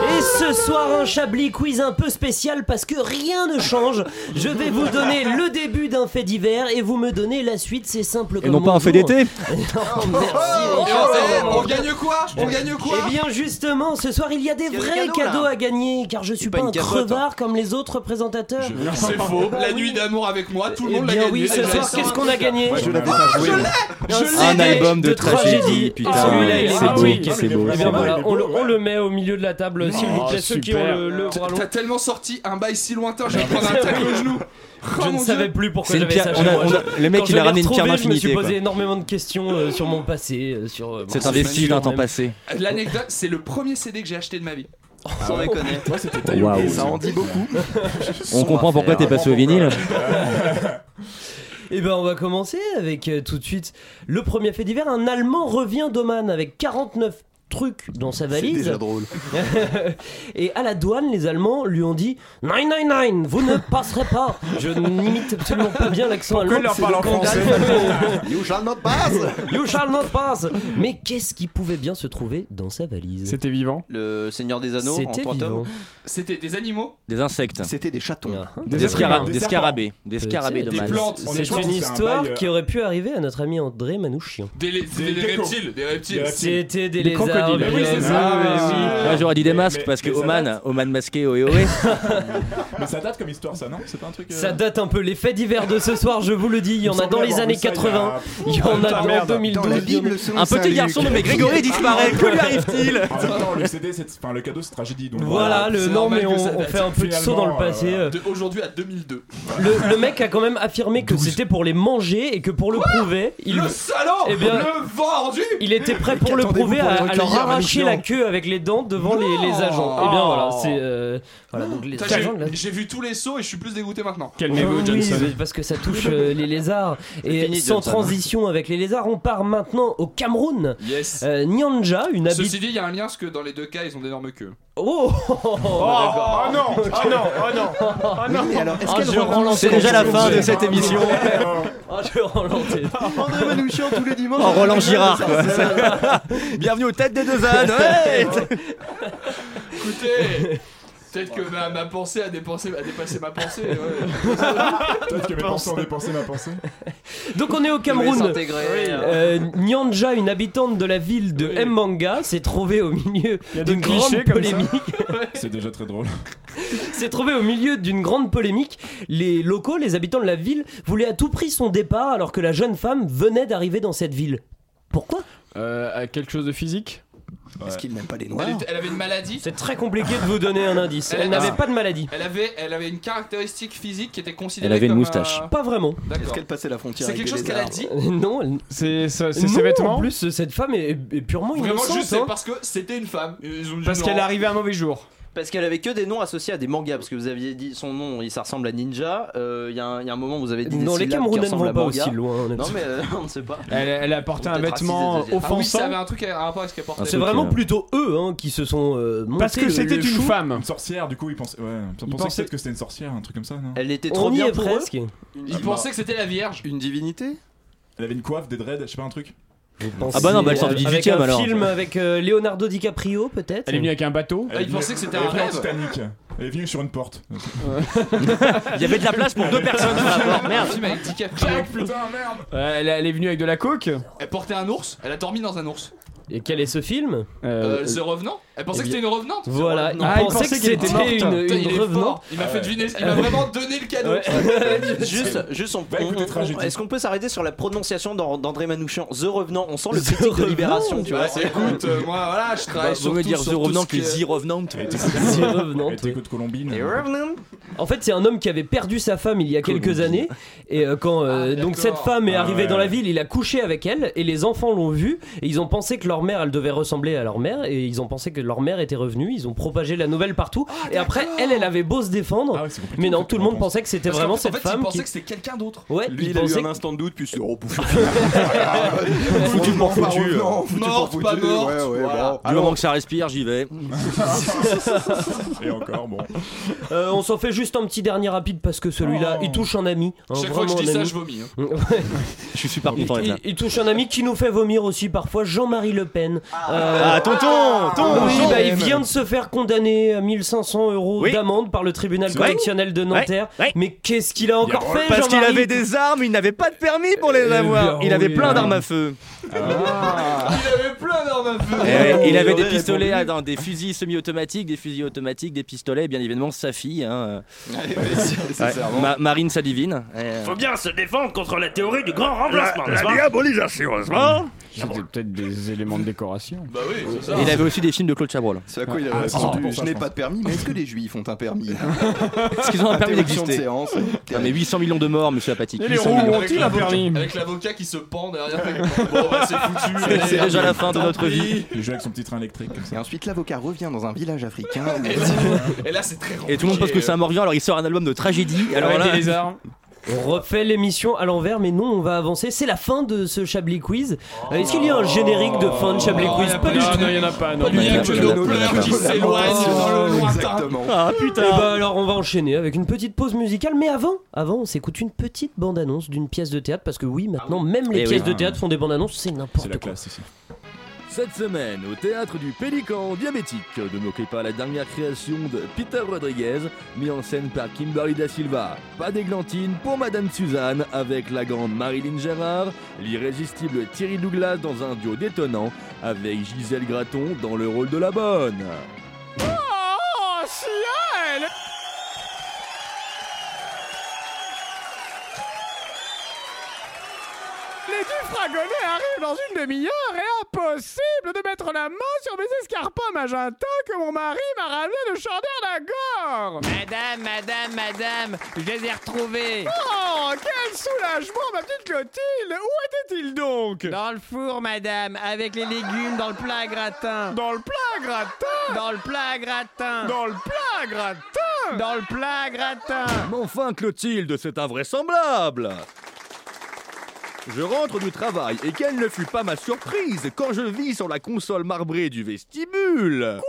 Speaker 2: Et ce soir, un Chablis Quiz un peu spécial parce que rien ne change. Je vais vous donner le début d'un fait divers et vous me donnez la suite, c'est simple comme
Speaker 10: non
Speaker 2: mon
Speaker 10: pas un fait
Speaker 2: jour.
Speaker 10: d'été.
Speaker 2: Non, merci.
Speaker 9: Et on- et oh,
Speaker 2: oh,
Speaker 9: on, gagne quoi On gagne quoi
Speaker 2: Eh bien justement, ce soir il y a des
Speaker 9: Il y a des
Speaker 2: vrais
Speaker 9: cadeaux,
Speaker 2: cadeaux,
Speaker 9: là.
Speaker 2: à gagner, car je suis
Speaker 9: pas
Speaker 2: pas,
Speaker 9: une
Speaker 2: un
Speaker 9: capote, hein.
Speaker 2: crevard comme les autres présentateurs.
Speaker 9: C'est faux. La nuit d'amour avec moi, tout le
Speaker 2: Eh
Speaker 9: monde l'a
Speaker 2: bien
Speaker 9: gagné.
Speaker 2: oui,
Speaker 9: ben,
Speaker 2: ce
Speaker 9: C'est
Speaker 2: soir,
Speaker 9: vrai.
Speaker 2: qu'est-ce qu'on a gagné
Speaker 10: je l'avais pas joué. moi.
Speaker 2: Un
Speaker 10: Un album de tragédie.
Speaker 2: oh, tragédie.
Speaker 10: Putain,
Speaker 2: Ah, celui-là, il est
Speaker 10: c'est beau,
Speaker 2: magnifique.
Speaker 10: c'est beau,
Speaker 2: Eh
Speaker 9: Ah,
Speaker 10: c'est
Speaker 2: bien
Speaker 10: beau.
Speaker 2: voilà, on, le- on le met au milieu de la table, s'il
Speaker 3: Ah,
Speaker 2: vous plaît, ceux qui ont le, le bras
Speaker 9: T'as-
Speaker 2: long.
Speaker 9: T'as tellement sorti un bail si lointain, je vais prendre un tacle au genou. Oh,
Speaker 2: Je ne
Speaker 9: mon
Speaker 2: savais
Speaker 9: Dieu.
Speaker 2: plus pourquoi
Speaker 10: C'est une
Speaker 2: j'avais
Speaker 10: pierre-
Speaker 2: ça.
Speaker 10: on
Speaker 2: chez
Speaker 10: a-
Speaker 2: moi.
Speaker 10: on a- le mec,
Speaker 2: Quand
Speaker 10: il
Speaker 2: je
Speaker 10: a
Speaker 2: l'ai
Speaker 10: ramené une pierre
Speaker 2: retrouvé, Je me suis
Speaker 10: d'infinité,
Speaker 2: posé
Speaker 10: quoi.
Speaker 2: énormément de questions euh, sur mon passé, euh, sur. euh,
Speaker 10: C'est
Speaker 2: bon,
Speaker 10: un vestige d'un temps
Speaker 2: même.
Speaker 10: passé.
Speaker 9: L'anecdote, c'est le premier CD que j'ai acheté de ma vie.
Speaker 3: Sans déconner.
Speaker 10: Waouh.
Speaker 12: Ça en dit beaucoup.
Speaker 10: On comprend pourquoi t'es passé au vinyle.
Speaker 2: Eh ben on va commencer avec euh, tout de suite le premier fait divers. Un Allemand revient d'Oman avec 49 trucs dans sa
Speaker 12: C'est
Speaker 2: valise.
Speaker 12: déjà drôle.
Speaker 2: Et à la douane, les Allemands lui ont dit 999, vous ne passerez pas. Je n'imite absolument pas bien l'accent allemand.
Speaker 11: leur
Speaker 2: c'est
Speaker 11: parle
Speaker 2: le
Speaker 11: en
Speaker 2: Cantal.
Speaker 12: You shall not pass
Speaker 2: You shall not pass. Mais qu'est-ce qui pouvait bien se trouver dans sa valise
Speaker 13: C'était vivant.
Speaker 3: Le Seigneur des Anneaux en
Speaker 2: C'était
Speaker 3: trois tomes.
Speaker 2: vivant.
Speaker 9: C'était des animaux,
Speaker 10: Des insectes.
Speaker 12: C'était des chatons.
Speaker 2: Ah, hein.
Speaker 10: Des,
Speaker 11: serpents.
Speaker 10: scarab-
Speaker 11: Des
Speaker 10: des
Speaker 11: serpents.
Speaker 10: scarabées. Des
Speaker 2: Des
Speaker 10: scarabées de
Speaker 2: des
Speaker 10: mal.
Speaker 9: plantes,
Speaker 11: On est
Speaker 2: C'est
Speaker 11: sûr que
Speaker 2: une
Speaker 11: c'est un
Speaker 2: histoire
Speaker 11: bail, euh,
Speaker 2: qui aurait pu arriver à notre ami André Manouchian.
Speaker 9: des, des- des
Speaker 11: Des geckos.
Speaker 9: reptiles, des reptiles.
Speaker 11: Des-
Speaker 2: C'était des,
Speaker 13: Des
Speaker 2: lézards,
Speaker 13: crocodiles.
Speaker 2: des
Speaker 13: Oui, c'est
Speaker 2: lézards,
Speaker 9: ça.
Speaker 2: oui.
Speaker 10: Là, j'aurais dit des
Speaker 11: Mais-
Speaker 10: masques
Speaker 11: mais-
Speaker 10: parce que
Speaker 11: mais ça
Speaker 10: Oman,
Speaker 11: date.
Speaker 10: Oman masqué, ohé ohé.
Speaker 11: Mais ça date comme histoire, ça, non C'est pas un truc. euh,
Speaker 2: Ça date un peu les faits divers de ce soir, je vous le dis, il y en a dans les années 80, il y en
Speaker 11: Ah,
Speaker 2: a dans
Speaker 11: merde.
Speaker 12: Dans la
Speaker 2: 2012. il y en a-
Speaker 12: Bible, selon
Speaker 10: Un petit
Speaker 12: Saint-Luc.
Speaker 10: garçon nommé Grégory disparaît. Que lui arrive-t-il
Speaker 11: En même temps, Ah, le CD, c'est. Enfin, le cadeau, c'est tragédie. Donc,
Speaker 2: Voilà, le
Speaker 9: c'est
Speaker 2: non
Speaker 9: normal
Speaker 2: mais
Speaker 9: que
Speaker 2: on,
Speaker 9: ça
Speaker 2: on
Speaker 9: date.
Speaker 2: fait un peu de saut dans le
Speaker 11: Finalement,
Speaker 2: passé. euh,
Speaker 9: De aujourd'hui à 2002.
Speaker 2: Le, le mec a quand même affirmé que c'était pour les manger et que pour le prouver, il,
Speaker 9: le salaud
Speaker 2: Eh bien-
Speaker 9: Le vendu
Speaker 2: il était prêt pour le
Speaker 12: Qu'attendez-vous
Speaker 2: prouver
Speaker 12: pour
Speaker 2: à,
Speaker 12: les
Speaker 2: à leur
Speaker 12: recueillir,
Speaker 2: arracher
Speaker 12: Manouchian
Speaker 2: la queue avec les dents devant les, les agents. Et bien voilà, c'est euh, voilà donc les
Speaker 9: Putain,
Speaker 2: agents. là-
Speaker 9: j'ai- J'ai vu tous les sauts et je suis plus dégoûté maintenant.
Speaker 2: Oui,
Speaker 13: Calmez-vous, Johnson.
Speaker 2: oui, parce que ça touche euh, les lézards. Et
Speaker 3: fini,
Speaker 2: sans
Speaker 3: Johnson.
Speaker 2: transition avec les lézards, on part maintenant au Cameroun.
Speaker 9: Yes.
Speaker 2: Euh, Nyanja, une habitude.
Speaker 9: Ceci dit, il y a un lien parce que dans les deux cas, ils ont d'énormes queues.
Speaker 2: Oh,
Speaker 11: Oh non Oh non Oh non
Speaker 12: Oui, mais alors, est-ce
Speaker 2: Ah,
Speaker 12: qu'elle
Speaker 2: je rends
Speaker 12: relance
Speaker 10: C'est déjà la fin de cette émission.
Speaker 2: Ah, je rends l'antenne.
Speaker 12: André Manouchian tous les dimanches
Speaker 10: En Roland Girard. quoi. Bienvenue aux têtes des deux ânes. ouais.
Speaker 9: Écoutez Peut-être que ma, ma pensée a, dépensé- a dépassé ma pensée.
Speaker 11: Peut-être que mes pensées ont dépensé ma pensée.
Speaker 2: Donc on est au Cameroun.
Speaker 9: s'intégrer,
Speaker 12: hein.
Speaker 2: Euh, Nyanja, une habitante de la ville de Mbanga, s'est trouvée au milieu d'une grande polémique.
Speaker 11: C'est déjà très drôle.
Speaker 2: s'est trouvée au milieu d'une grande polémique. Les locaux, les habitants de la ville, voulaient à tout prix son départ alors que la jeune femme venait d'arriver dans cette ville. Pourquoi
Speaker 13: Euh, quelque chose de physique
Speaker 12: Est-ce qu'il n'aime pas les
Speaker 9: Elle, était- elle avait une maladie.
Speaker 2: C'est très compliqué de vous donner un indice. Elle n'avait pas de maladie.
Speaker 9: Elle avait, elle avait une caractéristique physique qui était considérée
Speaker 10: Elle avait une
Speaker 9: comme,
Speaker 10: moustache.
Speaker 9: euh,
Speaker 2: Pas vraiment.
Speaker 9: D'accord.
Speaker 12: Est-ce qu'elle passait la frontière
Speaker 9: C'est
Speaker 12: avec
Speaker 9: quelque
Speaker 12: des
Speaker 9: chose qu'elle a
Speaker 12: lézards
Speaker 9: dit
Speaker 2: Euh, Non, elle-
Speaker 13: C'est ça- c'est
Speaker 2: Non,
Speaker 13: ses vêtements
Speaker 2: En plus, cette femme est, est purement
Speaker 9: Vraiment,
Speaker 2: innocente.
Speaker 9: juste
Speaker 2: hein.
Speaker 9: c'est parce que c'était une femme. Ils ont dit non.
Speaker 14: arrivée à un mauvais jour.
Speaker 3: Parce qu'elle avait que des noms associés à des mangas, parce que vous aviez dit son nom, il ça ressemble à Ninja. Euh, Il y, a un- il y a un moment, vous avez dit. des
Speaker 2: Non, les
Speaker 3: syllabes qui
Speaker 2: Camerounais ne
Speaker 3: ressemblent
Speaker 2: vont
Speaker 3: à
Speaker 2: pas
Speaker 3: manga.
Speaker 2: aussi loin, honnêtement.
Speaker 3: Non, mais euh, on ne sait pas.
Speaker 14: Elle, elle a porté
Speaker 3: Ou
Speaker 14: un
Speaker 3: peut-être
Speaker 14: vêtement
Speaker 3: racisé,
Speaker 9: Ah oui, ça
Speaker 14: offensant.
Speaker 9: avait un truc à- un rapport avec ce qu'elle
Speaker 10: Ah,
Speaker 9: portait.
Speaker 2: C'est vraiment plutôt eux hein, qui se sont euh, montés
Speaker 14: Parce que
Speaker 2: le-
Speaker 14: c'était
Speaker 2: le
Speaker 14: une
Speaker 2: chou.
Speaker 14: femme.
Speaker 11: Une sorcière, du coup, ils pensaient. Ouais, ils pensaient
Speaker 14: pensaient-
Speaker 11: peut-être que c'était une sorcière, un truc comme ça, non
Speaker 3: Elle était trop
Speaker 2: On y
Speaker 3: bien
Speaker 2: est
Speaker 3: pour eux.
Speaker 2: presque.
Speaker 9: Il pensait que c'était la Vierge.
Speaker 12: Ah, Une divinité
Speaker 11: Elle avait une coiffe, des dreads, je sais pas, un truc.
Speaker 10: Ah bah non, bah elle sort du
Speaker 2: Avec
Speaker 10: 18ème
Speaker 2: un
Speaker 10: alors.
Speaker 2: film avec euh, Leonardo DiCaprio peut-être.
Speaker 14: Elle est venue avec un bateau.
Speaker 9: Ah,
Speaker 11: Elle est
Speaker 9: il
Speaker 11: venue-
Speaker 9: pensait que c'était
Speaker 11: elle est
Speaker 9: un
Speaker 11: venue en
Speaker 9: rêve.
Speaker 11: Titanic. Elle est venue sur une porte.
Speaker 10: Il y avait de la place pour deux personnes.
Speaker 9: Merde. film avec DiCaprio.
Speaker 11: Putain, merde
Speaker 14: Euh, elle, elle est venue avec de la coke.
Speaker 9: Elle portait un ours. Elle a dormi dans un ours.
Speaker 2: Et quel est ce film
Speaker 9: Euh,
Speaker 14: Euh,
Speaker 9: The Revenant. Elle pensait
Speaker 2: eh
Speaker 9: que c'était une revenante. The
Speaker 2: Voilà,
Speaker 9: Revenant.
Speaker 2: il
Speaker 14: Ah, il
Speaker 2: pensait
Speaker 14: pensait
Speaker 2: que
Speaker 14: qu'elle était morte.
Speaker 2: c'était une,
Speaker 9: Putain,
Speaker 2: une
Speaker 9: il est fort.
Speaker 2: revenante.
Speaker 9: Il m'a fait deviner. Il m'a vraiment donné le cadeau.
Speaker 3: Juste, juste on,
Speaker 11: Bah,
Speaker 3: on-
Speaker 11: écoutez,
Speaker 3: on-
Speaker 11: tragédie.
Speaker 3: est-ce qu'on peut s'arrêter sur la prononciation d'en- d'André Manouchian The Revenant, on sent le
Speaker 2: The
Speaker 3: critique de
Speaker 2: Revenant,
Speaker 3: Libération, tu vois.
Speaker 9: Bah, c'est- écoute, euh, moi voilà, je travaille
Speaker 10: Vaut
Speaker 9: sur
Speaker 10: mieux dire The Revenant que
Speaker 9: qui
Speaker 10: The Revenant.
Speaker 2: C'est une revenante,
Speaker 11: Elle était que de Colombine.
Speaker 3: The Revenant
Speaker 2: En fait, c'est un homme qui avait perdu sa femme il y a quelques
Speaker 11: Colombie.
Speaker 2: années. Et euh, quand euh,
Speaker 9: Ah,
Speaker 2: donc
Speaker 9: d'accord.
Speaker 2: cette femme est
Speaker 11: Ah,
Speaker 2: arrivée
Speaker 11: ouais.
Speaker 2: dans la ville, il a couché avec elle et les enfants l'ont vu et ils ont pensé que leur mère, elle devait ressembler à leur mère et ils ont pensé que leur mère était revenue. Ils ont propagé la nouvelle partout.
Speaker 9: Ah,
Speaker 2: et après, elle, elle avait beau se défendre,
Speaker 11: Ah ouais, c'est compliqué,
Speaker 2: mais
Speaker 11: en
Speaker 2: non,
Speaker 11: fait,
Speaker 2: tout le
Speaker 11: comment
Speaker 2: monde
Speaker 11: on pense.
Speaker 2: pensait que c'était
Speaker 9: Parce qu'en
Speaker 2: vraiment
Speaker 9: fait, en
Speaker 2: cette
Speaker 9: fait,
Speaker 2: femme
Speaker 9: Il pensait
Speaker 2: qui.
Speaker 9: que c'était quelqu'un d'autre. Ah.
Speaker 2: Ouais,
Speaker 12: Lui,
Speaker 2: il
Speaker 12: il a eu
Speaker 2: pensait
Speaker 12: un
Speaker 2: que-
Speaker 12: instant de doute, puis c'est. Oh, foutu.
Speaker 2: Ah,
Speaker 12: foutu pour
Speaker 9: pas
Speaker 12: foutu.
Speaker 9: revenant, foutu pour
Speaker 12: Morte,
Speaker 9: foutu,
Speaker 12: pas morte.
Speaker 9: ouais, ouais,
Speaker 12: voilà.
Speaker 9: bon.
Speaker 10: Du moment que ça respire, j'y vais.
Speaker 11: Et encore, bon.
Speaker 2: Euh, on s'en fait juste un petit dernier rapide parce que celui-là,
Speaker 11: Oh.
Speaker 2: il touche un ami. hein,
Speaker 9: Chaque fois que
Speaker 2: vraiment
Speaker 9: je dis
Speaker 2: un
Speaker 9: ça,
Speaker 2: ami.
Speaker 9: je vomis. hein.
Speaker 2: Ouais.
Speaker 10: Je suis super content d'être
Speaker 2: il,
Speaker 10: là.
Speaker 2: il touche un ami qui nous fait vomir aussi parfois, Jean-Marie Le Pen. Euh,
Speaker 10: Ah, tonton
Speaker 2: Ah oui,
Speaker 10: Tonton
Speaker 2: bah, il vient de se faire condamner à 1500 euros
Speaker 10: Oui.
Speaker 2: d'amende par le tribunal
Speaker 10: C'est vrai
Speaker 2: correctionnel de Nanterre.
Speaker 10: Ouais, ouais.
Speaker 2: Mais qu'est-ce qu'il a encore fait
Speaker 10: Parce qu'il
Speaker 2: Jean-Marie
Speaker 10: avait des armes, il n'avait pas de permis pour les
Speaker 2: Eh
Speaker 10: avoir.
Speaker 2: bien,
Speaker 10: Il avait
Speaker 2: oui,
Speaker 10: plein
Speaker 2: hein.
Speaker 10: d'armes à feu.
Speaker 9: Il avait plein d'armes à feu.
Speaker 10: Eh ouais, il avait des
Speaker 12: J'aurais
Speaker 10: pistolets,
Speaker 12: répondu.
Speaker 10: ah, non, des fusils semi-automatiques, des fusils automatiques, des pistolets, et bien évidemment sa fille, hein, euh, ouais, Ma- Marine Salivine.
Speaker 16: eh.
Speaker 10: Euh,
Speaker 5: bien se défendre contre la théorie du grand remplacement,
Speaker 11: diabolisation, n'est-ce pas
Speaker 1: Mmh.
Speaker 13: C'était peut-être des éléments de décoration.
Speaker 9: Bah oui, c'est ça.
Speaker 10: et il avait aussi des films de Claude Chabrol.
Speaker 12: C'est à quoi il a
Speaker 11: Ah,
Speaker 12: répondu
Speaker 11: c'est pour
Speaker 12: Je
Speaker 11: ça,
Speaker 12: n'ai
Speaker 11: je
Speaker 12: pas de permis, mais est-ce que les juifs ont un permis
Speaker 10: Parce qu'ils ont un permis
Speaker 12: Interruption de
Speaker 10: d'exister.
Speaker 12: séance.
Speaker 10: Non mais 800 millions de morts, monsieur Apathique.
Speaker 14: les
Speaker 10: 800
Speaker 14: roues
Speaker 10: millions.
Speaker 14: ont-ils un permis
Speaker 9: Avec l'avocat qui se pend derrière. Bon, bah c'est foutu. allez. hein.
Speaker 10: C'est déjà la fin de notre vie.
Speaker 11: Il jouait avec son petit train électrique comme ça.
Speaker 12: Et ensuite, l'avocat revient dans un village africain.
Speaker 9: Et là- Et là, c'est très
Speaker 10: Et tout le monde pense que c'est
Speaker 9: ça.
Speaker 10: un Morvan, alors il sort un album de tragédie. Alors
Speaker 14: Avec
Speaker 10: là,
Speaker 14: euh, des lézards.
Speaker 2: On refait l'émission à l'envers, mais non, on va avancer. C'est la fin de ce Chablis Quiz.
Speaker 10: Oh.
Speaker 2: Euh, Est-ce qu'il y a un générique de fin de Chablis
Speaker 9: Oh,
Speaker 2: Quiz
Speaker 9: y a
Speaker 2: Pas
Speaker 9: pas
Speaker 2: du
Speaker 9: de
Speaker 2: tout.
Speaker 14: Non, non, il n'y en a pas. Non.
Speaker 9: Il n'y a que
Speaker 10: Il y en a
Speaker 9: nos
Speaker 10: pas, il y en a
Speaker 9: pleurs qui
Speaker 10: pas.
Speaker 9: s'éloignent dans le lointain.
Speaker 12: Exactement.
Speaker 10: ah
Speaker 2: Et
Speaker 10: putain.
Speaker 2: bah alors on va enchaîner avec une petite pause musicale mais avant avant on s'écoute une petite bande annonce d'une pièce de théâtre parce que oui
Speaker 12: Ah
Speaker 2: maintenant même les
Speaker 10: Eh oui.
Speaker 2: pièces de théâtre font des bandes annonces c'est
Speaker 11: C'est
Speaker 2: n'importe
Speaker 11: la
Speaker 2: quoi
Speaker 11: classe ici.
Speaker 10: Cette semaine, au théâtre du Pélican Diabétique, ne manquez pas la dernière création de Peter Rodriguez, mis en scène par Kimberly Da Silva. Pas d'églantine pour Madame Suzanne, avec la grande Marilyn Gérard, l'irrésistible Thierry Douglas dans un duo détonnant, avec Gisèle Graton dans le rôle de la bonne.
Speaker 14: Oh, ciel Les dufragonnais arrivent dans une demi-heure et impossible de mettre la main sur mes escarpins magenta que mon mari m'a ramené de Chandère d'Agore
Speaker 5: Madame, madame, madame, je les ai retrouvés.
Speaker 14: Oh, quel soulagement, ma petite Clotilde Où était-il donc
Speaker 5: Dans le four, madame, avec les légumes dans le plat à gratin.
Speaker 14: Dans le plat à gratin
Speaker 5: Dans le plat à gratin.
Speaker 14: Dans le plat à gratin
Speaker 5: Dans le plat à gratin.
Speaker 10: Mais enfin, Clotilde, c'est invraisemblable Je rentre du travail et quelle ne fut pas ma surprise quand je vis sur la console marbrée du vestibule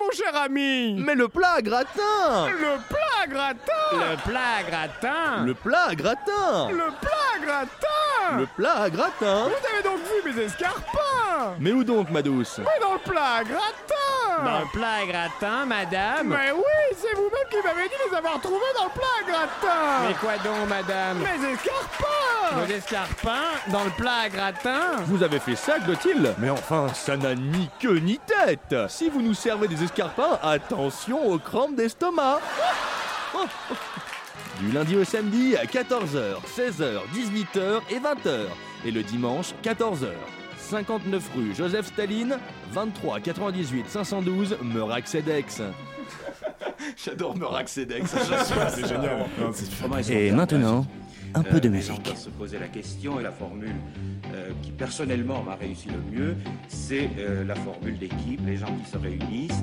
Speaker 14: Mon cher ami
Speaker 10: Mais le plat à gratin
Speaker 14: Le plat à gratin Le plat à gratin
Speaker 10: Le plat à gratin
Speaker 14: Le plat à gratin
Speaker 10: Le plat à gratin
Speaker 1: Hein?
Speaker 14: Vous avez donc vu mes escarpins
Speaker 10: Mais où donc, ma douce
Speaker 14: Mais dans le plat à gratin Dans le plat à gratin, madame
Speaker 1: Mais oui, c'est vous-même qui m'avez dit les avoir trouvés dans le plat à gratin
Speaker 14: Mais quoi donc, madame
Speaker 1: Mes escarpins
Speaker 14: Nos escarpins dans le plat à gratin
Speaker 10: Ah. Vous avez fait ça, Clotilde Mais enfin, ça n'a ni queue ni tête Si vous nous servez des escarpins, attention aux crampes d'estomac Du lundi au samedi à 14h, 16h, 18h et 20h. Et le dimanche, 14h. 59 rue Joseph Staline, 23 98 512 Meurac Sedex.
Speaker 12: J'adore Meurac Sedex.
Speaker 11: C'est génial. Non, c'est-
Speaker 16: Et maintenant, un peu de musique.
Speaker 17: On Euh, se poser la question et la formule euh, qui personnellement m'a réussi le mieux, c'est euh, la formule d'équipe, les gens qui se réunissent,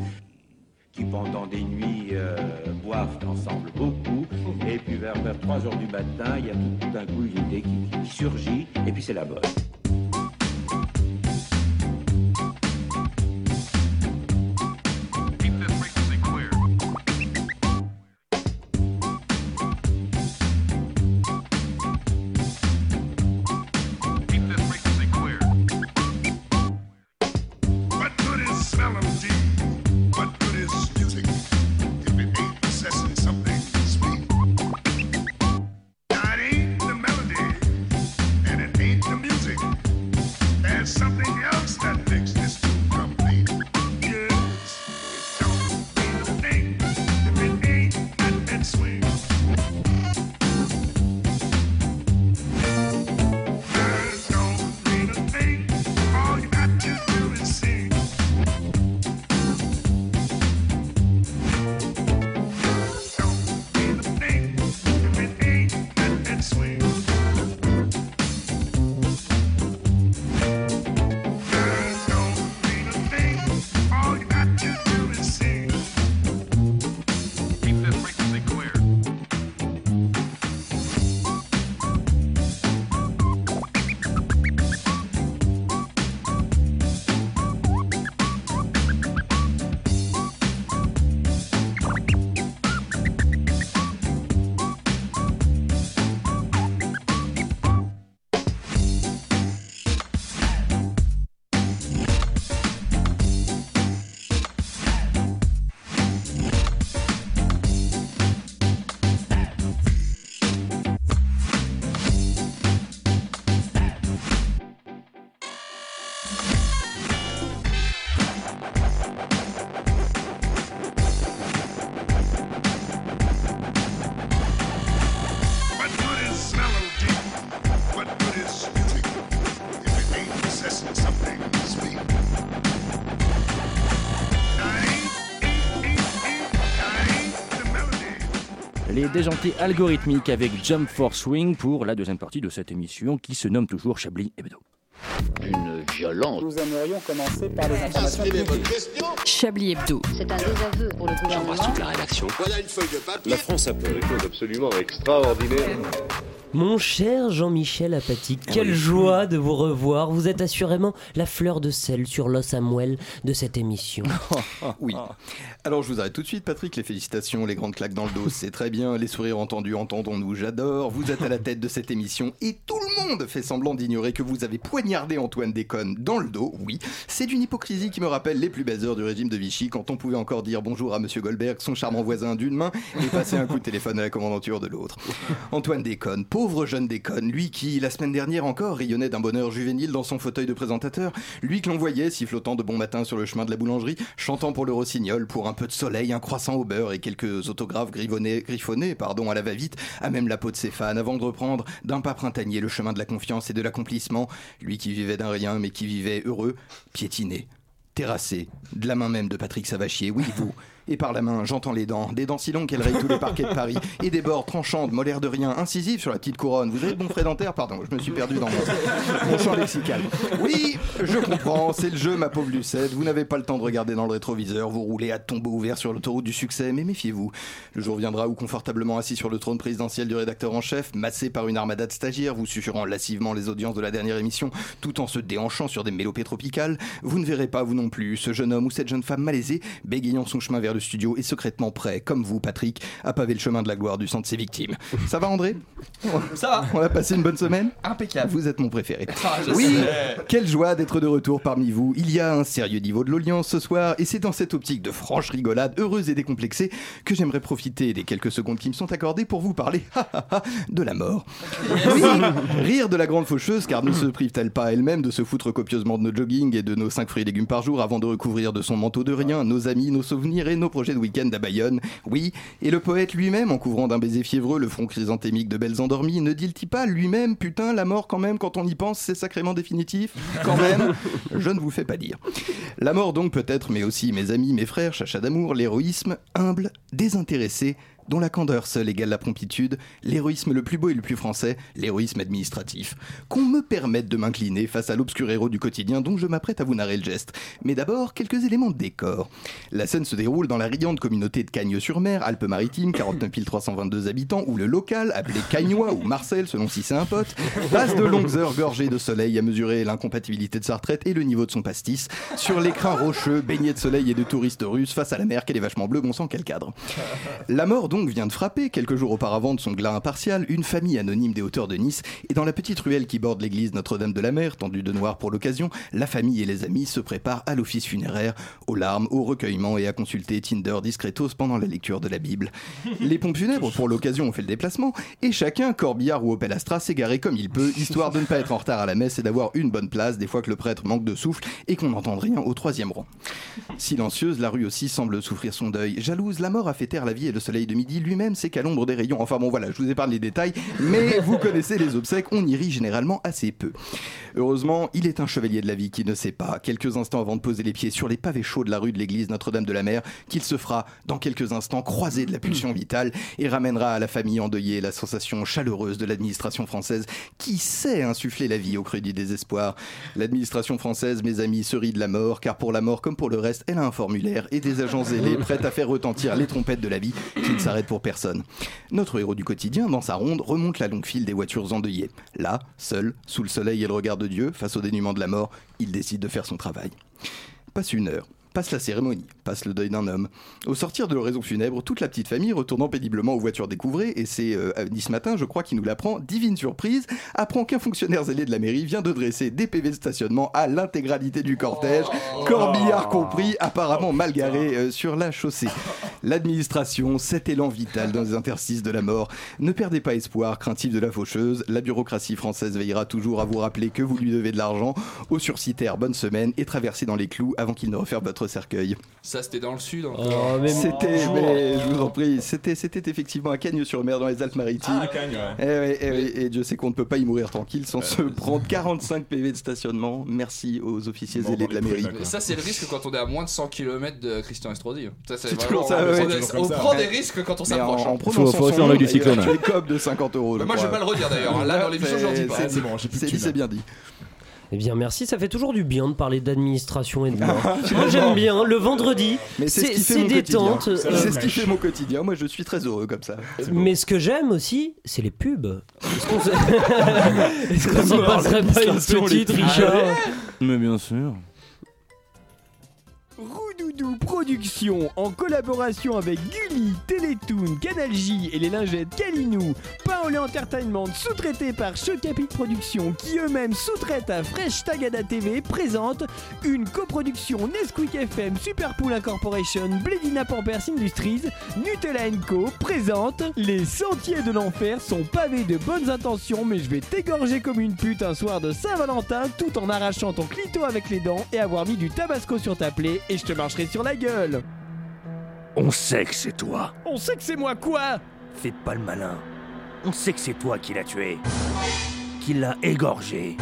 Speaker 17: qui pendant des nuits euh, boivent ensemble beaucoup, et puis vers, 3 heures du matin, il y a tout, tout d'un coup une idée qui, qui surgit, et puis c'est la bonne.
Speaker 18: What good is melody? What good is music if it ain't possessing something sweet? Now it ain't the melody, and it ain't the music. There's something else that makes this too complete. Yes, it don't mean a thing if it ain't got that swing. Words don't mean a thing. All you got to do is sing. What good is melody? What good is music if it ain't possessing something sweet?
Speaker 16: Les déjantés algorithmiques avec Jump for Swing pour la deuxième partie de cette émission qui se nomme toujours Chablis Hebdo. Une violence.
Speaker 7: Nous aimerions commencer par
Speaker 11: Ah,
Speaker 7: les informations publiques.
Speaker 8: Chablis Hebdo.
Speaker 6: C'est un désaveu pour le gouvernement.
Speaker 16: la rédaction.
Speaker 4: Voilà une feuille de papier.
Speaker 10: La France a fait des choses absolument extraordinaires.
Speaker 2: Mon cher Jean-Michel Apathy,
Speaker 12: Eh
Speaker 2: quelle joie de vous revoir. Vous êtes assurément la fleur de sel sur l'os à moelle de cette émission.
Speaker 12: oui. Alors je vous arrête tout de suite, Patrick. Les félicitations, les grandes claques dans le dos, c'est très bien. Les sourires entendus, entendons-nous, j'adore. Vous êtes à la tête de cette émission et tout le monde fait semblant d'ignorer que vous avez poignardé Antoine Déconne dans le dos, oui. C'est d'une hypocrisie qui me rappelle les plus belles heures du régime de Vichy quand on pouvait encore dire bonjour à Monsieur Goldberg, son charmant voisin d'une main, et passer un coup de téléphone à la commandanture de l'autre. Antoine Déconne, pauvre jeune Déconne, lui qui, la semaine dernière encore, rayonnait d'un bonheur juvénile dans son fauteuil de présentateur, lui que l'on voyait sifflotant de bon matin sur le chemin de la boulangerie, chantant pour le rossignol, pour un peu de soleil, un croissant au beurre et quelques autographes griffonnés, griffonnés pardon, à la va-vite, à même la peau de ses fans, avant de reprendre d'un pas printanier le chemin de la confiance et de l'accomplissement, lui qui vivait d'un rien mais qui vivait heureux, piétiné, terrassé, de la main même de Patrick Savachier, oui, vous. Et par la main, j'entends les dents, des dents si longues qu'elles rayent tous les parquets de Paris, et des bords tranchants de molaires de rien, incisives sur la petite couronne. Vous avez de bons frais dentaires Pardon, je me suis perdu dans mon, mon champ lexical. Oui, je comprends, c'est le jeu, ma pauvre Lucette. Vous n'avez pas le temps de regarder dans le rétroviseur, vous roulez à tombeau ouvert sur l'autoroute du succès, mais méfiez-vous. Le jour viendra où, confortablement assis sur le trône présidentiel du rédacteur en chef, massé par une armada de stagiaires, vous susurrant lassivement les audiences de la dernière émission, tout en se déhanchant sur des mélopées tropicales, vous ne verrez pas, vous non plus, ce jeune homme ou cette jeune femme malaisée bégayant son chemin vers le de studio est secrètement prêt, comme vous, Patrick, à paver le chemin de la gloire du sang de ses victimes. Ça va, André
Speaker 9: Ça va.
Speaker 12: On a passé une bonne semaine
Speaker 9: Impeccable.
Speaker 12: Vous êtes mon préféré.
Speaker 9: Ah, je
Speaker 12: oui
Speaker 9: sais.
Speaker 12: Quelle joie d'être de retour parmi vous. Il y a un sérieux niveau de l'audience ce soir, et c'est dans cette optique de franche rigolade, heureuse et décomplexée, que j'aimerais profiter des quelques secondes qui me sont accordées pour vous parler ha, ha, ha, de la mort. Oui, Rire de la grande faucheuse, car ne se prive-t-elle pas elle-même de se foutre copieusement de nos jogging et de nos 5 fruits et légumes par jour avant de recouvrir de son manteau de rien nos amis, nos souvenirs et nos projets de week-end à Bayonne Oui, et le poète lui-même, en couvrant d'un baiser fiévreux le front chrysantémique de belles endormies, ne dit-il pas lui-même, putain, la mort quand même, quand on y pense, c'est sacrément définitif Quand même Je ne vous fais pas dire. La mort donc peut-être, mais aussi mes amis, mes frères, chacha d'amour, l'héroïsme, humble, désintéressé, dont la candeur seule égale la promptitude, l'héroïsme le plus beau et le plus français, l'héroïsme administratif. Qu'on me permette de m'incliner face à l'obscur héros du quotidien dont je m'apprête à vous narrer le geste. Mais d'abord, quelques éléments de décor. La scène se déroule dans la riante communauté de Cagnes-sur-Mer, Alpes-Maritimes, 49 322 habitants, où le local, appelé Cagnois ou Marcel selon si c'est un pote, passe de longues heures gorgées de soleil à mesurer l'incompatibilité de sa retraite et le niveau de son pastis sur l'écrin rocheux, baigné de soleil et de touristes russes face à la mer qu'elle est vachement bleue, bon sang qu'elle cadre. La mort donc vient de frapper, quelques jours auparavant de son glas impartial, une famille anonyme des hauteurs de Nice, et dans la petite ruelle qui borde l'église Notre-Dame de la Mer, tendue de noir pour l'occasion, la famille et les amis se préparent à l'office funéraire, aux larmes, au recueillement et à consulter Tinder discretos pendant la lecture de la Bible. Les pompes funèbres, pour l'occasion, ont fait le déplacement, et chacun, corbillard ou Opel Astra, s'est garé comme il peut, histoire de ne pas être en retard à la messe et d'avoir une bonne place, des fois que le prêtre manque de souffle et qu'on n'entende rien au troisième rang. Silencieuse, la rue aussi semble souffrir son deuil. Jalouse, la mort a fait taire la vie et le soleil de midi lui-même c'est qu'à l'ombre des rayons. Enfin bon voilà, je vous épargne les détails, mais vous connaissez les obsèques, on y rit généralement assez peu. Heureusement, il est un chevalier de la vie qui ne sait pas, quelques instants avant de poser les pieds sur les pavés chauds de la rue de l'église Notre-Dame de la Mer, qu'il se fera, dans quelques instants, croiser de la pulsion vitale et ramènera à la famille endeuillée la sensation chaleureuse de l'administration française qui sait insuffler la vie au creux du désespoir. L'administration française, mes amis, se rit de la mort, car pour la mort comme pour le reste, elle a un formulaire et des agents zélés prêts à faire retentir les trompettes de la vie qui ne s'arrêtent pour personne. Notre héros du quotidien, dans sa ronde, remonte la longue file des voitures endeuillées. Là, seul, sous le soleil et le regard de Dieu, face au dénuement de la mort, il décide de faire son travail. Passe une heure. Passe la cérémonie, passe le deuil d'un homme. Au sortir de l'oraison funèbre, toute la petite famille retournant péniblement aux voitures découvrées, et c'est euh, à Nice matin, je crois, qui nous l'apprend, divine surprise, apprend qu'un fonctionnaire zélé de la mairie vient de dresser des PV de stationnement à l'intégralité du cortège, corbillard compris,
Speaker 9: Ah. Oh,
Speaker 12: apparemment mal garé euh, sur la chaussée. L'administration, cet élan vital dans les interstices de la mort. Ne perdez pas espoir, craintif de la faucheuse, la bureaucratie française veillera toujours à vous rappeler que vous lui devez de l'argent, au sursitaire, bonne semaine, et traversez dans les clous avant qu'il ne referme votre cercueil.
Speaker 9: Ça, c'était dans le sud. hein.
Speaker 12: Oh, C'était, mais je vous en prie, c'était, c'était effectivement à Cagnes-sur-Mer dans les Alpes-Maritimes.
Speaker 9: Ah, Cagnes, ouais. Euh,
Speaker 12: Eh ouais, eh oui, et Dieu sait qu'on ne peut pas y mourir tranquille sans se prendre 45 PV de stationnement. Merci aux officiers
Speaker 11: Bon,
Speaker 12: zélés
Speaker 11: bon,
Speaker 12: de la
Speaker 11: les prix,
Speaker 12: mairie.
Speaker 11: d'accord.
Speaker 9: Ça, c'est le risque quand on est à moins de 100 km de Christian Estrosi. Ça,
Speaker 12: C'est
Speaker 9: vraiment-
Speaker 12: toujours ça, ouais,
Speaker 9: on-
Speaker 12: ouais.
Speaker 9: on,
Speaker 12: Toujours comme
Speaker 9: prend
Speaker 12: ça.
Speaker 9: des risques quand on
Speaker 12: Mais en,
Speaker 9: s'approche. hein.
Speaker 12: en prononçant
Speaker 16: faut rester
Speaker 12: son
Speaker 16: dans l'œil
Speaker 12: nom,
Speaker 16: du cyclone.
Speaker 12: il y a une coop de 50 euros.
Speaker 9: Mais moi, je vais pas le redire d'ailleurs. hein. Là, dans l'émission, je le dis pas.
Speaker 12: C'est
Speaker 9: C'est
Speaker 12: bon,
Speaker 9: bon,
Speaker 12: j'ai dit, c'est bien dit.
Speaker 2: Eh bien, merci. Ça fait toujours du bien de parler d'administration et de mort. Moi, j'aime bien. Le vendredi,
Speaker 12: Mais c'est ce
Speaker 2: c'est
Speaker 12: qui fait
Speaker 2: c'est
Speaker 12: mon quotidien.
Speaker 2: détente. euh,
Speaker 12: C'est ce qui fait mon quotidien. Moi, je suis très heureux comme ça.
Speaker 2: Mais ce que j'aime aussi, c'est les pubs. Est-ce qu'on se- Est-ce qu'on s'en passerait pas une petite, Richard
Speaker 16: Mais bien sûr.
Speaker 13: Roudoudou Productions, en collaboration avec Gulli, Télétoon, Canal J et les lingettes Kalinou, Paolé Entertainment, sous-traité par Chocapit Productions, qui eux-mêmes sous-traitent à Fresh Tagada TV, présente une coproduction Nesquik FM, Superpool Incorporation, Bledina Pampers Industries, Nutella Co. présente Les sentiers de l'enfer sont pavés de bonnes intentions, mais je vais t'égorger comme une pute un soir de Saint-Valentin tout en arrachant ton clito avec les dents et avoir mis du tabasco sur ta plaie et je te marcherai sur la gueule.
Speaker 16: On sait que c'est toi.
Speaker 13: On sait que c'est moi quoi
Speaker 16: Fais pas le malin. On sait que c'est toi qui l'as tué. Qui l'a égorgé.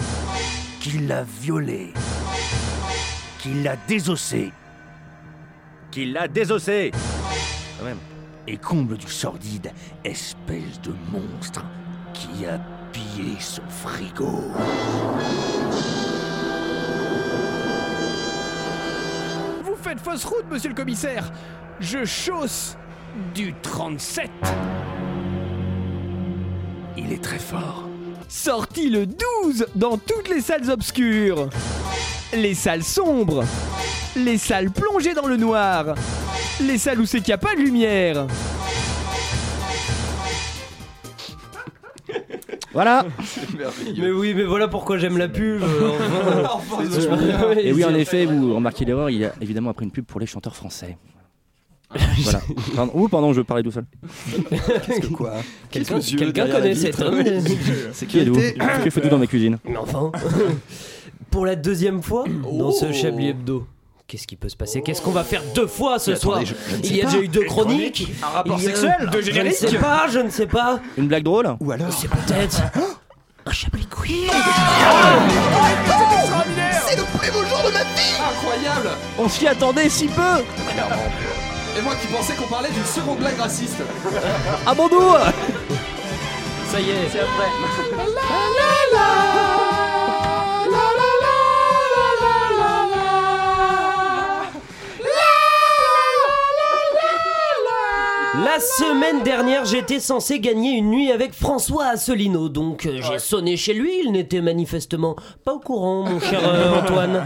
Speaker 16: Qui l'a violé. Qui l'a désossé. Qui l'a désossé. Quand même. Et comble du sordide, espèce de monstre qui a pillé son frigo.
Speaker 1: Vous faites fausse route, monsieur le commissaire Je chausse du 37
Speaker 16: Il est très fort.
Speaker 13: Sorti le 12 dans toutes les salles obscures, les salles sombres, les salles plongées dans le noir, Les salles où c'est qu'il n'y a pas de lumière.
Speaker 2: Voilà.
Speaker 9: merveilleux.
Speaker 2: Mais oui, mais voilà pourquoi j'aime la pub.
Speaker 19: Et oui, en effet, vous remarquez l'erreur, il y a évidemment après une pub pour les chanteurs français.
Speaker 12: Ah
Speaker 19: Voilà. Pardon. Ouh, pardon, je parlais tout seul.
Speaker 12: Qu'est-ce que quoi
Speaker 2: Quelqu'un
Speaker 12: Monsieur
Speaker 2: quelqu'un
Speaker 12: derrière la
Speaker 2: connaît
Speaker 12: vitre
Speaker 2: cet
Speaker 14: hein
Speaker 2: homme
Speaker 12: C'est
Speaker 19: Qui
Speaker 12: qui
Speaker 19: êtes-vous
Speaker 12: était
Speaker 19: Que faites-vous dans ma cuisine
Speaker 2: Mais enfin, pour la deuxième fois dans
Speaker 12: Oh.
Speaker 2: ce Chablis Hebdo. Qu'est-ce qui peut se passer Qu'est-ce qu'on va faire deux fois ce
Speaker 12: Mais
Speaker 2: soir
Speaker 12: attendez, je- je ne sais
Speaker 2: Il y a
Speaker 12: pas.
Speaker 2: déjà eu deux
Speaker 12: Une
Speaker 2: chroniques.
Speaker 12: chronique Un rapport
Speaker 2: Il y a-
Speaker 12: sexuel Deux
Speaker 2: Je ne
Speaker 12: génériques
Speaker 2: sais pas, je ne sais pas.
Speaker 19: Une blague drôle
Speaker 12: Ou alors
Speaker 2: C'est peut-être. Un Chablis Quiz
Speaker 12: C'est le plus beau jour de ma vie
Speaker 9: Incroyable
Speaker 13: On s'y attendait si peu.
Speaker 9: Et moi qui pensais qu'on parlait d'une seconde blague raciste.
Speaker 13: À mon dos
Speaker 2: Ça y est, c'est après. La semaine dernière, j'étais censé gagner une nuit avec François Asselineau, donc euh, j'ai sonné chez lui, il n'était manifestement pas au courant, mon cher euh, Antoine.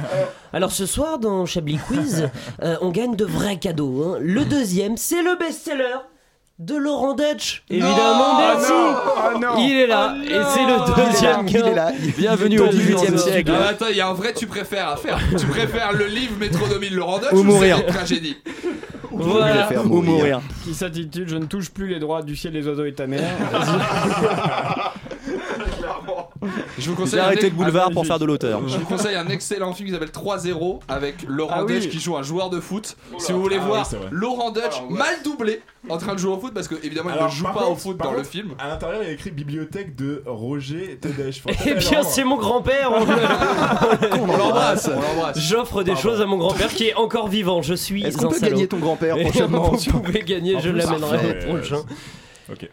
Speaker 2: Alors ce soir, dans Chablis Quiz, euh, on gagne de vrais cadeaux. hein. Le deuxième, c'est le best-seller de Laurent Dutch. Évidemment, merci.
Speaker 9: ah
Speaker 2: Il est là, et c'est le deuxième
Speaker 12: Il est là.
Speaker 2: Bienvenue au
Speaker 9: Ah,
Speaker 2: 18e siècle.
Speaker 9: mais attends, il y a un vrai tu préfères à faire. Tu préfères le livre Métronomie de Laurent Dutch
Speaker 19: Ou
Speaker 9: ou,
Speaker 19: mourir.
Speaker 9: c'est une tragédie
Speaker 2: Voilà.
Speaker 12: faire
Speaker 19: Ou mourir.
Speaker 14: Qui s'intitule Je ne touche plus les droits du ciel, des oiseaux et ta mère.
Speaker 9: Je vous
Speaker 19: J'ai
Speaker 9: conseille un,
Speaker 19: arrêté
Speaker 9: ex- Ah,
Speaker 19: le boulevard pour faire de l'auteur.
Speaker 9: je vous conseille un excellent film qui s'appelle 3-0 avec Laurent
Speaker 14: Ah oui.
Speaker 9: Deutsch qui joue un joueur de foot. si vous voulez
Speaker 11: Ah
Speaker 9: voir
Speaker 11: oui, c'est vrai. Ah,
Speaker 9: Laurent Dutch mal doublé en train de jouer au foot parce que évidemment il ne joue
Speaker 11: par
Speaker 9: pas au
Speaker 11: contre-
Speaker 9: foot
Speaker 11: par
Speaker 9: dans le
Speaker 11: contre,
Speaker 9: film.
Speaker 11: À l'intérieur, il y a écrit bibliothèque de Roger Tedesche.
Speaker 2: Eh bien, c'est mon grand-père. on le-
Speaker 9: Ah, On l'embrasse. On l'embrasse.
Speaker 2: J'offre des choses à mon grand-père qui est encore vivant. Je suis
Speaker 12: Est-ce qu'on
Speaker 2: un
Speaker 12: peut
Speaker 2: salaud.
Speaker 12: gagner ton grand-père
Speaker 2: Et
Speaker 12: prochainement
Speaker 2: Vous pouvez gagner,
Speaker 11: En
Speaker 2: je
Speaker 11: plus,
Speaker 2: l'amènerai
Speaker 11: parfait,
Speaker 2: au prochain.
Speaker 11: Ok.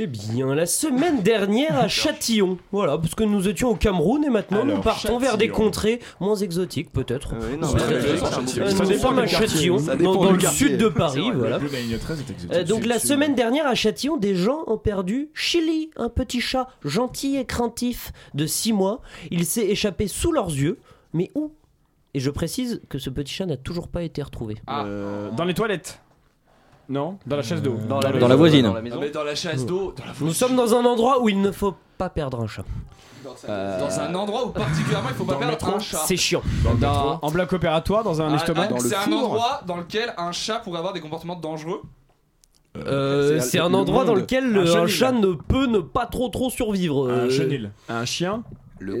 Speaker 2: Eh bien, la semaine dernière à Châtillon. Voilà, parce que nous étions au Cameroun et maintenant nous
Speaker 11: Alors,
Speaker 2: partons vers des
Speaker 11: Châtillon.
Speaker 2: contrées moins exotiques, peut-être.
Speaker 3: Euh, non,
Speaker 2: Ouais,
Speaker 3: mais-
Speaker 2: ouais,
Speaker 3: mais-
Speaker 2: ça
Speaker 11: Ça
Speaker 2: Euh, nous
Speaker 11: dépend
Speaker 2: sommes
Speaker 11: du
Speaker 2: à
Speaker 11: quartier.
Speaker 2: Châtillon,
Speaker 12: Ça
Speaker 2: dans,
Speaker 12: dépend
Speaker 2: dans
Speaker 12: du
Speaker 2: le
Speaker 12: quartier.
Speaker 2: sud de Paris. Voilà.
Speaker 11: Le bleu de la ligne 13 est exotique,
Speaker 2: Euh, donc
Speaker 11: c'est-
Speaker 2: la
Speaker 11: c'est-
Speaker 2: semaine dernière à Châtillon, des gens ont perdu Chili, un petit chat gentil et craintif de 6 mois. Il s'est échappé sous leurs yeux, mais où Et je précise que ce petit chat n'a toujours pas été retrouvé.
Speaker 9: Ah.
Speaker 14: Euh, dans les toilettes. Non, dans la chaise
Speaker 9: Euh,
Speaker 14: d'eau.
Speaker 3: Dans
Speaker 19: Dans la voisine.
Speaker 3: Dans la
Speaker 9: Non,
Speaker 3: maison.
Speaker 9: mais dans la chasse d'eau,
Speaker 11: Ah,
Speaker 9: dans, la-
Speaker 2: Nous sommes dans un endroit où il ne faut pas perdre un chat.
Speaker 14: Euh,
Speaker 9: dans un endroit où particulièrement il faut pas
Speaker 11: Dans le
Speaker 9: perdre
Speaker 11: métro,
Speaker 9: un chat.
Speaker 2: C'est chiant.
Speaker 11: Dans le
Speaker 14: Dans-
Speaker 11: métro.
Speaker 14: en bloc opératoire, dans un
Speaker 9: Ah,
Speaker 14: estomac.
Speaker 9: ah,
Speaker 12: dans le
Speaker 9: C'est un
Speaker 12: four.
Speaker 9: endroit dans lequel un chat pourrait avoir des comportements dangereux.
Speaker 2: Euh,
Speaker 12: c'est
Speaker 2: c'est un
Speaker 12: le
Speaker 2: endroit dans
Speaker 12: monde.
Speaker 2: lequel
Speaker 14: Un
Speaker 2: euh, un,
Speaker 14: chenil.
Speaker 2: chat ne peut ne pas trop trop survivre.
Speaker 11: Un
Speaker 2: Euh,
Speaker 11: chenil.
Speaker 14: Un chien.
Speaker 12: Le
Speaker 2: il a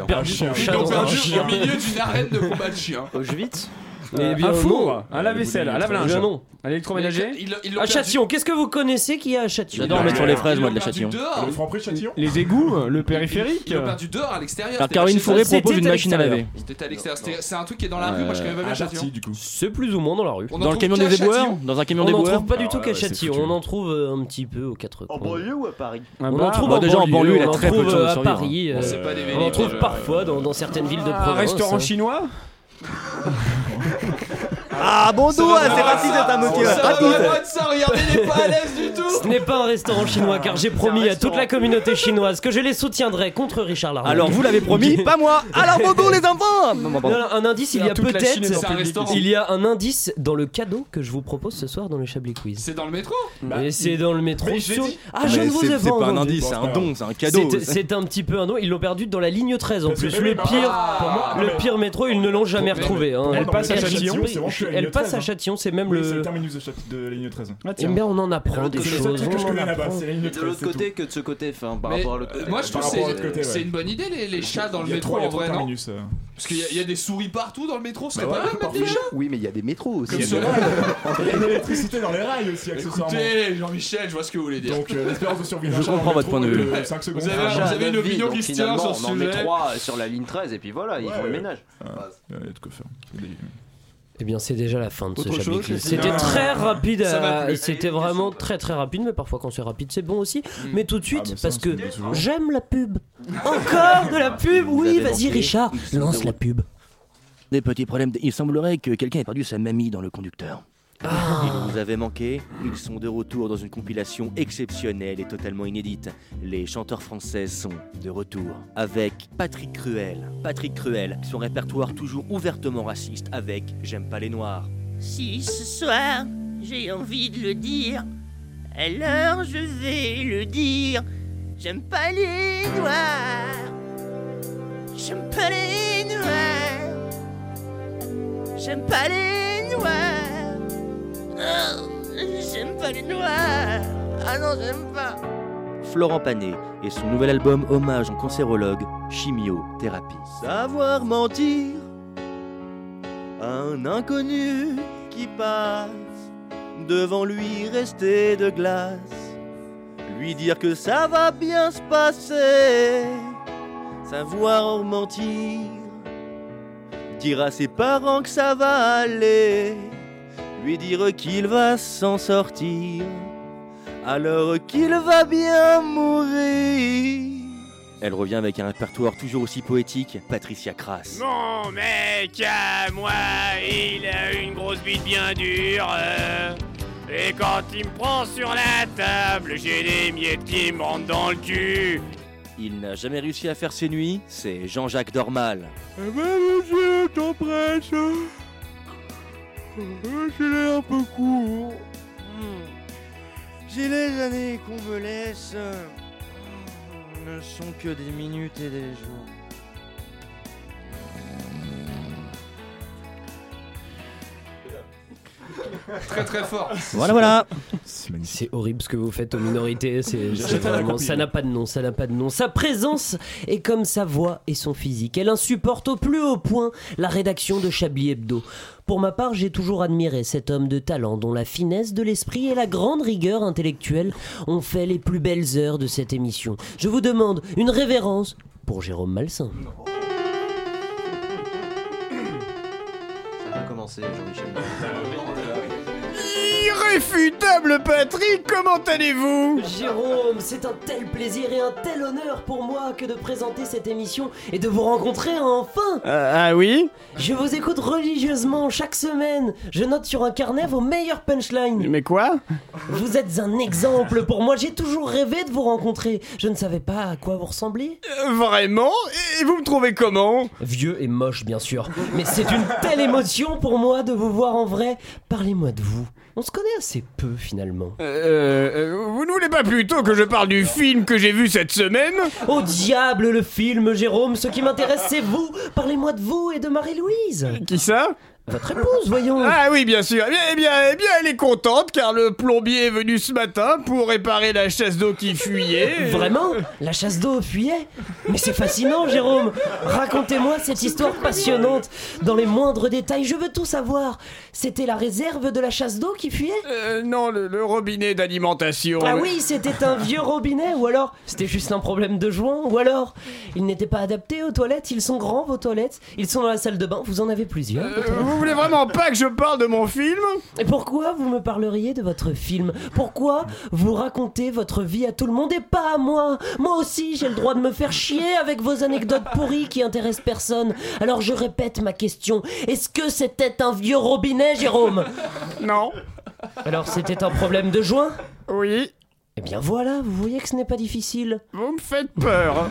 Speaker 12: congélateur.
Speaker 2: perdu
Speaker 11: Un
Speaker 2: son
Speaker 11: chien.
Speaker 9: Ils
Speaker 2: chat
Speaker 9: l'ont
Speaker 2: dans un
Speaker 9: perdu au
Speaker 2: chien.
Speaker 9: milieu d'une arène de combat de chiens.
Speaker 3: Auschwitz
Speaker 2: Eh bien,
Speaker 14: Euh,
Speaker 2: non.
Speaker 14: un four. Un
Speaker 11: Eh
Speaker 14: lave-vaisselle.
Speaker 11: bien,
Speaker 14: Un
Speaker 2: Eh
Speaker 14: lave-linge.
Speaker 2: bien, non.
Speaker 14: Un électroménager.
Speaker 9: Ils l'ont- ils l'ont
Speaker 2: À
Speaker 9: perdu-
Speaker 2: Châtillon, qu'est-ce que vous connaissez qui est à Châtillon
Speaker 19: J'adore mettre sur les fraises, moi, de la
Speaker 9: Ils l'ont
Speaker 19: châtillon.
Speaker 9: perdu dehors.
Speaker 11: Le Franprix Châtillon
Speaker 14: Les égouts. euh, Le périphérique. euh.
Speaker 9: Ils l'ont perdu dehors à l'extérieur.
Speaker 19: Alors,
Speaker 9: c'était
Speaker 19: Caroline
Speaker 9: pas chez eux.
Speaker 19: Fourré
Speaker 2: C'était
Speaker 19: propose une
Speaker 2: à
Speaker 19: machine à
Speaker 2: l'extérieur.
Speaker 19: laver.
Speaker 9: C'était à l'extérieur. c'était- C'est un truc qui est dans la rue. Ah Moi, je connais pas bien
Speaker 11: à
Speaker 9: Euh, Châtillon.
Speaker 11: Châtillon, du coup.
Speaker 2: C'est plus ou moins dans la rue.
Speaker 19: Dans
Speaker 9: On en
Speaker 19: le
Speaker 9: trouve
Speaker 19: camion
Speaker 9: qu'à
Speaker 19: des éboueurs
Speaker 14: hein.
Speaker 9: Châtillon.
Speaker 19: Dans un camion
Speaker 2: On
Speaker 19: des
Speaker 2: n'en trouve
Speaker 19: éboueurs
Speaker 2: pas du
Speaker 11: Ah
Speaker 2: tout
Speaker 11: ouais,
Speaker 2: qu'à
Speaker 11: ouais, c'est
Speaker 2: Châtillon,
Speaker 11: foutu.
Speaker 2: on en trouve euh, un petit peu aux quatre coins.
Speaker 4: En banlieue ou à Paris
Speaker 14: Un
Speaker 2: On en
Speaker 14: bar.
Speaker 2: trouve
Speaker 19: Bah,
Speaker 2: en
Speaker 19: déjà, en
Speaker 2: banlieue,
Speaker 19: banlieue, il a
Speaker 2: on en
Speaker 19: très peu de
Speaker 2: trouve
Speaker 19: chances de
Speaker 2: à
Speaker 19: survivre.
Speaker 2: Paris, euh,
Speaker 9: On sait pas des Ah,
Speaker 2: on en
Speaker 9: vérités.
Speaker 2: trouve parfois dans, dans certaines villes de
Speaker 14: Un
Speaker 2: province.
Speaker 14: restaurant
Speaker 2: hein.
Speaker 14: chinois.
Speaker 19: Ah, bon dos,
Speaker 9: Ah,
Speaker 19: c'est raciste, c'est un mot qui va
Speaker 9: Ça va
Speaker 19: rapide.
Speaker 9: vraiment être ça. Regardez, il est pas à l'aise du
Speaker 2: Ce
Speaker 9: tout.
Speaker 2: n'est pas un restaurant chinois car j'ai promis à toute la communauté chinoise que je les soutiendrai contre Richard Larnac.
Speaker 19: Alors, vous l'avez promis, pas moi Alors, bon dos, les enfants Non, non,
Speaker 2: Non,
Speaker 19: pardon.
Speaker 2: non, un indice, il y a
Speaker 14: Alors, toute la Chine est
Speaker 2: peut-être
Speaker 14: dans
Speaker 9: C'est un
Speaker 14: public ici.
Speaker 9: restaurant.
Speaker 2: il y a un indice dans le cadeau que je vous propose ce soir dans le Chablis Quiz.
Speaker 9: C'est dans le métro.
Speaker 2: Et c'est dans le métro.
Speaker 9: mais je l'ai
Speaker 2: sur-
Speaker 9: dit.
Speaker 2: Ah, je
Speaker 19: Mais
Speaker 2: ne vous
Speaker 19: c'est-
Speaker 2: ai
Speaker 19: C'est pas un
Speaker 2: entendu.
Speaker 19: indice, c'est un don, c'est un cadeau.
Speaker 2: C'est c'est un petit peu un nom. Ils l'ont perdu dans la ligne 13 en
Speaker 11: Parce que
Speaker 2: plus.
Speaker 11: oui,
Speaker 2: Le
Speaker 11: bah,
Speaker 2: pire,
Speaker 9: ah, pour moi,
Speaker 2: le pire métro, ils ne l'ont jamais
Speaker 11: mais-
Speaker 2: retrouvé. hein.
Speaker 11: mais-
Speaker 14: Elle passe à
Speaker 2: Elle-
Speaker 14: Châtillon,
Speaker 2: oui,
Speaker 11: c'est vraiment que la
Speaker 2: Elle
Speaker 11: ligne
Speaker 2: passe à
Speaker 11: 13,
Speaker 2: Châtillon, c'est même
Speaker 11: Oui, c'est
Speaker 2: le.
Speaker 11: le terminus de, Châ- de la ligne 13.
Speaker 14: Ah,
Speaker 2: Eh
Speaker 14: tiens.
Speaker 2: bien, on en apprend
Speaker 3: l'autre
Speaker 2: des
Speaker 3: côté,
Speaker 11: C'est le seul
Speaker 2: choses.
Speaker 11: truc que je
Speaker 2: on en
Speaker 11: connais là-bas,
Speaker 2: apprend.
Speaker 11: c'est la
Speaker 3: Et
Speaker 11: ligne
Speaker 3: de l'autre
Speaker 11: 13. c'est
Speaker 3: côté que de ce côté, enfin, par
Speaker 9: Mais
Speaker 3: rapport à l'autre côté.
Speaker 9: moi, je
Speaker 11: Par
Speaker 9: trouve que
Speaker 11: rapport à l'autre
Speaker 9: c'est
Speaker 11: côté,
Speaker 9: c'est
Speaker 11: ouais.
Speaker 9: une bonne idée les, les chats
Speaker 11: tout.
Speaker 9: dans le
Speaker 11: Il y a
Speaker 9: métro
Speaker 11: trois- il y
Speaker 9: en
Speaker 11: a trois
Speaker 9: vrai non
Speaker 11: terminus, euh.
Speaker 9: Parce qu'il y, a- il y a des souris partout dans le métro, ce serait
Speaker 11: Bah
Speaker 9: pas
Speaker 11: ouais,
Speaker 9: mal de mettre des chats
Speaker 12: Oui, mais il y a des métros aussi.
Speaker 9: Comme euh,
Speaker 12: Il y a
Speaker 9: ça. Bah
Speaker 12: des-
Speaker 11: Il y a de l'électricité dans les rails aussi, accessoirement.
Speaker 9: Écoutez, Jean-Michel, je vois ce que vous voulez dire.
Speaker 11: Donc euh, l'espérance de survie
Speaker 19: Je
Speaker 11: d'un chat dans
Speaker 19: comprends
Speaker 11: le
Speaker 19: votre point
Speaker 11: métro
Speaker 19: de
Speaker 11: est
Speaker 19: vue.
Speaker 11: cinq secondes.
Speaker 9: Vous avez-
Speaker 11: Ah,
Speaker 9: vous avez une
Speaker 3: Neuf vies,
Speaker 9: opinion
Speaker 3: donc
Speaker 9: qui se
Speaker 3: finalement,
Speaker 9: tient sur
Speaker 3: on
Speaker 9: ce
Speaker 3: en met
Speaker 9: sujet.
Speaker 3: trois sur la ligne 13 et puis voilà, ils
Speaker 11: Ouais,
Speaker 3: font le
Speaker 11: ouais.
Speaker 3: ménage.
Speaker 11: Il y a de quoi faire.
Speaker 2: Eh bien, c'est déjà la fin de ce
Speaker 12: Autre
Speaker 2: chapitre.
Speaker 12: chose, c'est-
Speaker 2: C'était
Speaker 9: Ah.
Speaker 2: très rapide.
Speaker 9: Ça
Speaker 2: à-
Speaker 9: m'a plu.
Speaker 2: C'était vraiment très très rapide, mais parfois quand c'est rapide, c'est bon aussi. Mais tout de suite,
Speaker 11: Ah, mais ça,
Speaker 2: parce
Speaker 11: c'est
Speaker 2: que
Speaker 11: bien souvent.
Speaker 2: j'aime la pub. Encore de la pub.
Speaker 3: Vous
Speaker 2: Oui,
Speaker 3: avez
Speaker 2: vas-y,
Speaker 3: manqué.
Speaker 2: Richard,
Speaker 3: Ils sont
Speaker 2: lance
Speaker 3: de
Speaker 2: la pub.
Speaker 19: Des petits problèmes. de- Il semblerait que quelqu'un ait perdu sa mamie dans le conducteur. Vous avez manqué Ils sont de retour dans une compilation exceptionnelle et totalement inédite. Les chanteurs français sont de retour avec Patrick Cruel. Patrick Cruel, son répertoire toujours ouvertement raciste avec J'aime pas les noirs.
Speaker 20: Si ce soir, j'ai envie de le dire, alors je vais le dire. J'aime pas les noirs. J'aime pas les noirs. J'aime pas les noirs. Oh, j'aime pas les noirs. Ah non, j'aime pas.
Speaker 19: Florent Panet et son nouvel album Hommage en cancérologue, chimiothérapie. Savoir mentir à un inconnu qui passe, devant lui rester de glace, lui dire que ça va bien se passer, savoir mentir, dire à ses parents que ça va aller, lui dire qu'il va s'en sortir alors qu'il va bien mourir. Elle revient avec un répertoire toujours aussi poétique, Patricia Crass.
Speaker 1: Mon mec à moi, il a une grosse bite bien dure. euh, et quand il me prend sur la table, j'ai des miettes qui me rentrent dans le cul.
Speaker 19: Il n'a jamais réussi à faire ses nuits, c'est Jean-Jacques Dormal.
Speaker 18: Eh ben, monsieur, t'en presse. hein J'ai l'air un peu court.
Speaker 16: Hmm. J'ai les années qu'on me laisse euh, ne sont que des minutes et des jours.
Speaker 9: Très très fort.
Speaker 2: Voilà, voilà. C'est horrible ce que vous faites aux minorités. C'est
Speaker 9: J'achète
Speaker 2: c'est
Speaker 9: la
Speaker 2: vraiment,
Speaker 9: copie.
Speaker 2: ça n'a pas de nom, ça n'a pas de nom. Sa présence est comme sa voix et son physique. Elle insupporte au plus haut point la rédaction de Chablis Hebdo. Pour ma part, j'ai toujours admiré cet homme de talent dont la finesse de l'esprit et la grande rigueur intellectuelle ont fait les plus belles heures de cette émission. Je vous demande une révérence pour Jérôme Malsain.
Speaker 3: Ça va commencer, Jean-Michel.
Speaker 1: Irréfutable Patrick, comment allez-vous
Speaker 2: Jérôme, c'est un tel plaisir et un tel honneur pour moi que de présenter cette émission et de vous rencontrer enfin
Speaker 1: Ah oui
Speaker 2: Je vous écoute religieusement chaque semaine. Je note sur un carnet vos meilleures punchlines.
Speaker 1: Mais quoi
Speaker 2: Vous êtes un exemple pour moi. J'ai toujours rêvé de vous rencontrer. Je ne savais pas à quoi vous ressembliez.
Speaker 1: Euh, Vraiment Et vous me trouvez comment
Speaker 2: Vieux et moche, bien sûr. Mais c'est une telle émotion pour moi de vous voir en vrai. Parlez-moi de vous. On se connaît assez peu finalement.
Speaker 1: Euh, euh, vous ne voulez pas plutôt que je parle du film que j'ai vu cette semaine
Speaker 2: Au diable le film, Jérôme. Ce qui m'intéresse, c'est vous. Parlez-moi de vous et de Marie-Louise.
Speaker 1: Qui ça
Speaker 2: Votre épouse, voyons.
Speaker 1: Ah oui, bien sûr. Eh bien, eh bien, eh bien, elle est contente car le plombier est venu ce matin pour réparer la chasse d'eau qui fuyait.
Speaker 2: Vraiment La chasse d'eau fuyait Mais c'est fascinant, Jérôme Racontez-moi cette histoire passionnante dans les moindres détails, je veux tout savoir C'était la réserve de la chasse d'eau qui fuyait
Speaker 1: Euh, non, le, le robinet d'alimentation.
Speaker 2: Ah oui, c'était un vieux robinet, ou alors c'était juste un problème de joint, ou alors ils n'étaient pas adaptés aux toilettes, ils sont grands vos toilettes, ils sont dans la salle de bain, vous en avez plusieurs.
Speaker 1: Euh, vous voulez vraiment pas que je parle de mon film
Speaker 2: Et pourquoi vous me parleriez de votre film Pourquoi vous racontez votre vie à tout le monde et pas à moi Moi aussi, j'ai le droit de me faire chier avec vos anecdotes pourries qui intéressent personne. Alors je répète ma question. Est-ce que c'était un vieux robinet, Jérôme
Speaker 1: Non.
Speaker 2: Alors c'était un problème de joint
Speaker 1: Oui.
Speaker 2: Eh bien voilà, vous voyez que ce n'est pas difficile.
Speaker 1: Vous me faites peur.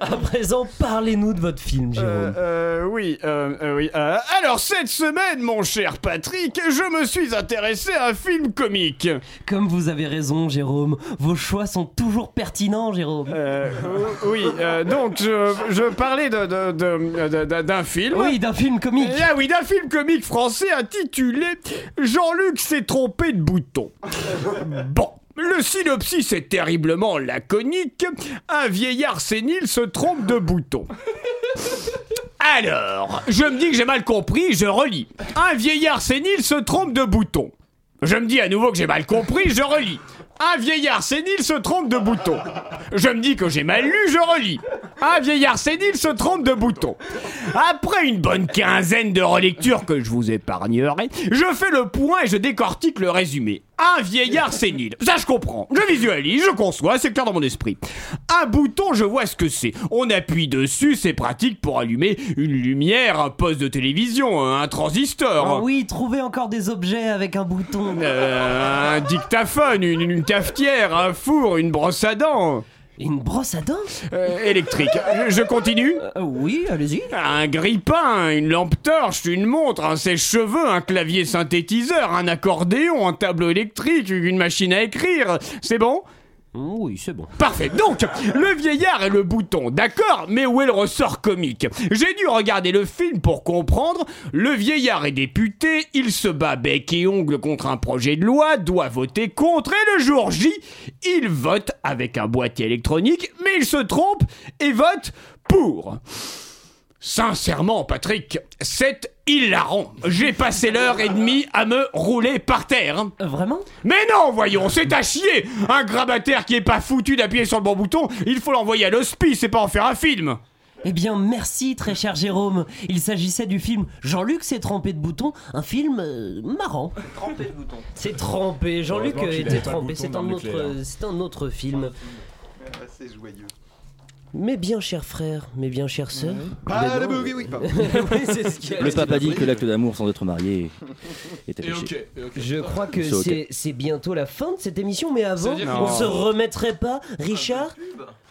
Speaker 2: À présent, parlez-nous de votre film, Jérôme.
Speaker 1: Euh, euh, oui, euh, euh, oui. euh, alors cette semaine, mon cher Patrick, je me suis intéressé à un film comique.
Speaker 2: Comme vous avez raison, Jérôme. Vos choix sont toujours pertinents, Jérôme.
Speaker 1: Euh, oui, euh, donc je, je parlais de- de- de- de- de- d'un film.
Speaker 2: Oui, d'un film comique.
Speaker 1: Eh Ah oui, d'un film comique français intitulé Jean-Luc s'est trompé de bouton.
Speaker 7: Euh,
Speaker 1: Bon. Le synopsis est terriblement laconique. Un vieillard sénile se trompe de bouton. Alors, je me dis que j'ai mal compris, je relis. Un vieillard sénile se trompe de bouton. Je me dis à nouveau que j'ai mal compris, je relis. Un vieillard sénile se trompe de bouton. Je me dis que j'ai mal lu, je relis. Un vieillard sénile se trompe de bouton. Après une bonne quinzaine de relectures que je vous épargnerai, je fais le point et je décortique le résumé. Un vieillard sénile. Ça, je comprends. Je visualise, je conçois, c'est clair dans mon esprit. Un bouton, je vois ce que c'est. On appuie dessus, c'est pratique pour allumer une lumière, un poste de télévision, un transistor.
Speaker 2: Ah oui, trouvez encore des objets avec un bouton.
Speaker 1: Euh, un dictaphone, une, une cafetière, un four, une brosse à dents.
Speaker 2: Une brosse à dents Euh,
Speaker 1: Euh, électrique. Je, je continue
Speaker 2: Oui, allez-y.
Speaker 1: Un grippin, une lampe torche, une montre, un sèche-cheveux, un clavier synthétiseur, un accordéon, un tableau électrique, une machine à écrire. C'est bon
Speaker 2: oui, c'est bon.
Speaker 1: Parfait. Donc, le vieillard et le bouton, d'accord, mais où est le ressort comique J'ai dû regarder le film pour comprendre. Le vieillard est député, il se bat bec et ongle contre un projet de loi, doit voter contre, et le jour J, il vote avec un boîtier électronique, mais il se trompe et vote pour. Sincèrement, Patrick, c'est hilarant. J'ai passé l'heure et demie à me rouler par terre.
Speaker 2: Vraiment
Speaker 1: Mais non, voyons, c'est à chier Un grabataire qui est pas foutu d'appuyer sur le bon bouton, il faut l'envoyer à l'hospice et pas en faire un film
Speaker 2: Eh bien, merci, très cher Jérôme. Il s'agissait du film Jean-Luc s'est trompé de bouton, un film euh, marrant.
Speaker 3: Trempé de boutons.
Speaker 2: C'est trempé. Jean-Luc
Speaker 11: Heureusement
Speaker 2: euh,
Speaker 11: qu'il
Speaker 2: était
Speaker 11: avait pas le
Speaker 2: trempé.
Speaker 11: bouton
Speaker 2: C'est
Speaker 11: dans
Speaker 2: un
Speaker 11: le
Speaker 2: autre,
Speaker 11: nucléaire.
Speaker 2: euh, c'est un autre film.
Speaker 12: C'est joyeux.
Speaker 2: Mais bien, cher frère, mais bien, chère sœur.
Speaker 12: Pas
Speaker 2: mais
Speaker 12: de
Speaker 2: non.
Speaker 12: boogie, oui, pardon.
Speaker 2: Oui, c'est ce qui
Speaker 19: Le pape a dit que l'acte d'amour sans être marié était
Speaker 9: Et
Speaker 19: péché.
Speaker 9: ok, et ok.
Speaker 2: Je crois que
Speaker 19: C'est ok.
Speaker 2: c'est c'est bientôt la fin de cette émission, mais avant,
Speaker 9: C'est-à-dire
Speaker 2: on
Speaker 9: qu'on-
Speaker 2: se remettrait pas. Richard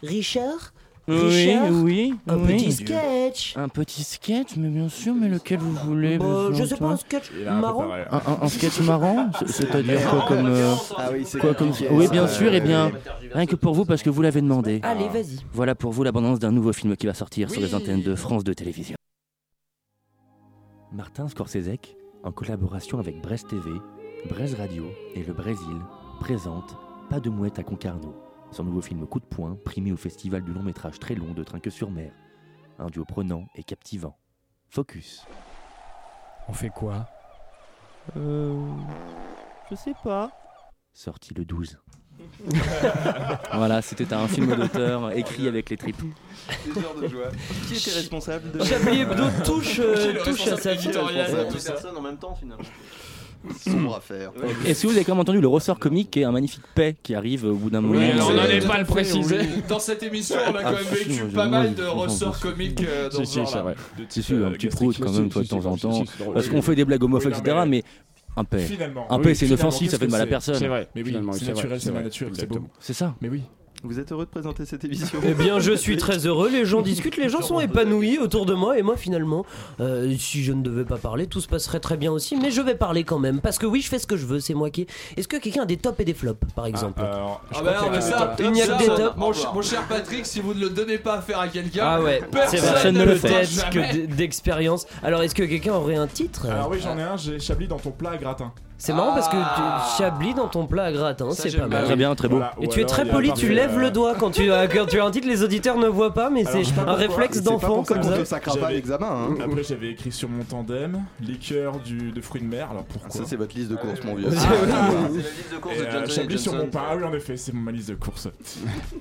Speaker 2: Richard
Speaker 16: Oui,
Speaker 2: Richard
Speaker 16: oui.
Speaker 2: Un
Speaker 16: oui.
Speaker 2: petit sketch
Speaker 16: Un petit sketch, mais bien sûr, mais lequel vous voulez
Speaker 2: Bah,
Speaker 16: vous
Speaker 2: Je sais pas,
Speaker 16: entendez
Speaker 2: un sketch
Speaker 11: Il a un peu
Speaker 2: marrant
Speaker 11: pareil.
Speaker 16: Un, un- un sketch marrant C'est- C'est-à-dire quoi comme. euh,
Speaker 12: Ah oui, c'est
Speaker 16: Quoi comme
Speaker 12: compliqué,
Speaker 16: Oui,
Speaker 12: ça.
Speaker 16: bien sûr, et bien.
Speaker 12: Oui,
Speaker 16: Rien que pour vous, parce que vous l'avez demandé.
Speaker 2: Allez, vas-y.
Speaker 16: Voilà pour vous l'abondance d'un nouveau film qui va sortir sur les antennes de France de télévision. Martin Scorsese, en collaboration avec Brest TV, Brest Radio et le Brésil, présente Pas de mouette à Concarneau, son nouveau film coup de poing primé au festival du long métrage très long de Trinqueux-sur-Mer. Un duo prenant et captivant. Focus.
Speaker 1: On fait quoi Euh,
Speaker 16: Je sais pas. Sorti le 12. voilà, c'était un film d'auteur écrit avec les tripes.
Speaker 12: Des heures de joie.
Speaker 3: Qui était responsable de.
Speaker 2: Chablis Hebdo touche, euh, touche à sa vie.
Speaker 3: Responsable de deux personnes en même temps finalement.
Speaker 12: Sombre affaire.
Speaker 16: Est-ce que vous avez quand même entendu le ressort comique qui est un magnifique paix qui arrive au bout d'un moment
Speaker 9: alors,
Speaker 1: on
Speaker 9: c'est-
Speaker 1: n'en est
Speaker 9: tout
Speaker 1: pas
Speaker 9: à
Speaker 1: le
Speaker 9: fait,
Speaker 1: préciser.
Speaker 9: oui. Dans cette émission, on a quand même vécu
Speaker 16: Absolument,
Speaker 9: pas mal
Speaker 16: oui,
Speaker 9: de
Speaker 16: je comprends,
Speaker 9: ressorts comiques euh, dans
Speaker 11: Si,
Speaker 9: ce
Speaker 11: si, c'est
Speaker 9: genre-là.
Speaker 11: vrai.
Speaker 16: C'est sûr, un petit prout quand même, toi, de temps en temps. Parce
Speaker 11: Parce
Speaker 16: qu'on fait des blagues
Speaker 11: Oui,
Speaker 16: homophobes,
Speaker 11: non,
Speaker 16: etc. Mais un paix.
Speaker 11: Finalement.
Speaker 16: Un
Speaker 11: oui,
Speaker 16: paix, c'est
Speaker 11: finalement,
Speaker 16: inoffensif, ça
Speaker 11: qu'est-ce
Speaker 16: fait de mal à
Speaker 11: que c'est C'est
Speaker 16: personne.
Speaker 11: vrai, mais oui,
Speaker 14: Finalement,
Speaker 11: c'est
Speaker 14: c'est vrai,
Speaker 11: naturel,
Speaker 14: c'est
Speaker 11: c'est mal
Speaker 14: vrai,
Speaker 11: naturel, c'est beau.
Speaker 14: exactement.
Speaker 16: C'est ça.
Speaker 11: Mais oui.
Speaker 12: Vous êtes heureux de présenter cette émission
Speaker 2: Eh bien, je suis très heureux, les gens discutent, les gens sont épanouis autour de moi, et moi, finalement, euh, si je ne devais pas parler, tout se passerait très bien aussi, mais je vais parler quand même, parce que oui, je fais ce que je veux, c'est moi qui... Est-ce que quelqu'un a des tops et des flops, par exemple
Speaker 11: Alors, je
Speaker 9: Ah
Speaker 11: crois
Speaker 9: bah non,
Speaker 11: qu'il y a
Speaker 9: mais
Speaker 11: que
Speaker 9: ça,
Speaker 11: des-
Speaker 2: Il n'y a
Speaker 9: ça,
Speaker 2: que des
Speaker 9: ça,
Speaker 2: tops.
Speaker 9: Mon, ch- mon cher Patrick, si vous ne le donnez pas à faire à quelqu'un,
Speaker 2: Ah ouais,
Speaker 9: personne ne le fait.
Speaker 2: Peut-être que d- d'expérience. Alors, est-ce que quelqu'un aurait un titre euh
Speaker 11: Alors Ah oui, j'en ai un, j'ai Chablis dans ton plat à gratin.
Speaker 2: C'est marrant parce que
Speaker 9: Ah.
Speaker 2: tu chablis dans ton plat à gratin,
Speaker 9: Ça,
Speaker 2: c'est
Speaker 9: j'aime
Speaker 2: pas
Speaker 9: bien.
Speaker 2: mal.
Speaker 16: Très bien, très beau.
Speaker 11: Voilà,
Speaker 2: Et
Speaker 11: ou
Speaker 2: tu es
Speaker 11: alors,
Speaker 2: très
Speaker 11: il y a
Speaker 2: poli,
Speaker 11: un
Speaker 2: tu
Speaker 11: parfait,
Speaker 2: lèves
Speaker 11: euh,
Speaker 2: le doigt quand tu, as, quand tu as un titre, les auditeurs ne voient pas, mais c'est
Speaker 11: je sais pas
Speaker 2: un réflexe d'enfant comme ça.
Speaker 12: Ça craint pas
Speaker 11: J'avais-
Speaker 12: l'examen. hein.
Speaker 11: Après, j'avais écrit sur mon tandem liqueurs du, de fruits de mer. Alors pourquoi
Speaker 12: Ah, Ça, c'est votre liste de courses, mon
Speaker 2: Ah,
Speaker 12: vieux. Ah,
Speaker 3: C'est la liste de course
Speaker 11: Et,
Speaker 3: de
Speaker 11: euh,
Speaker 3: Johnson
Speaker 11: Chablis sur mon
Speaker 3: Johnson.
Speaker 11: pain. Ah oui, en effet, c'est mon malice de course.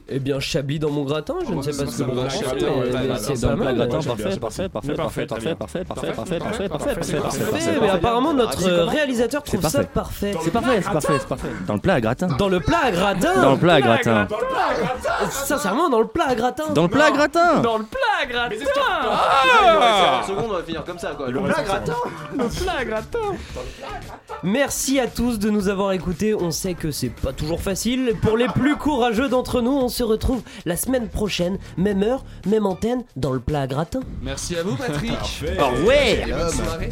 Speaker 2: Eh bien, chablis dans mon gratin, je
Speaker 12: Ah,
Speaker 2: ne sais pas ce
Speaker 9: ça,
Speaker 2: que
Speaker 9: ça
Speaker 2: vous
Speaker 9: me va,
Speaker 2: pensez,
Speaker 9: chablis,
Speaker 2: mais-
Speaker 9: ouais, pas
Speaker 2: mais
Speaker 9: mal.
Speaker 2: c'est pas
Speaker 16: Dans le plat à
Speaker 2: mal.
Speaker 11: ouais,
Speaker 16: gratin,
Speaker 11: j'aime bien,
Speaker 16: parfait,
Speaker 11: j'aime
Speaker 16: parfait,
Speaker 11: bien.
Speaker 16: parfait,
Speaker 11: Mais
Speaker 16: parfait,
Speaker 11: parfait, très
Speaker 16: parfait, parfait, parfait, parfait, parfait, parfait,
Speaker 11: parfait,
Speaker 16: parfait,
Speaker 11: parfait,
Speaker 16: parfait,
Speaker 2: Parfait, mais
Speaker 16: parfait.
Speaker 2: apparemment notre
Speaker 16: C'est
Speaker 2: euh,
Speaker 16: comment
Speaker 2: réalisateur trouve
Speaker 16: C'est
Speaker 2: ça
Speaker 16: parfait.
Speaker 2: parfait.
Speaker 16: C'est parfait, c'est parfait, c'est parfait. Dans le plat à gratin.
Speaker 2: Dans le plat à gratin
Speaker 16: Dans le plat à gratin.
Speaker 2: Sincèrement, dans le plat à gratin
Speaker 16: Dans le plat à gratin.
Speaker 2: Dans le plat à gratin
Speaker 3: Ah, il nous reste 40 secondes, on va finir comme ça quoi.
Speaker 11: Le
Speaker 3: Là,
Speaker 11: reste,
Speaker 3: gratin.
Speaker 2: Merci à tous de nous avoir écoutés. On sait que c'est pas toujours facile. Pour les plus courageux d'entre nous, on se retrouve la semaine prochaine, même heure, même antenne, dans le plat à gratin.
Speaker 9: Merci à vous, Patrick.
Speaker 11: Parfait.
Speaker 16: ouais
Speaker 9: Et bonne soirée.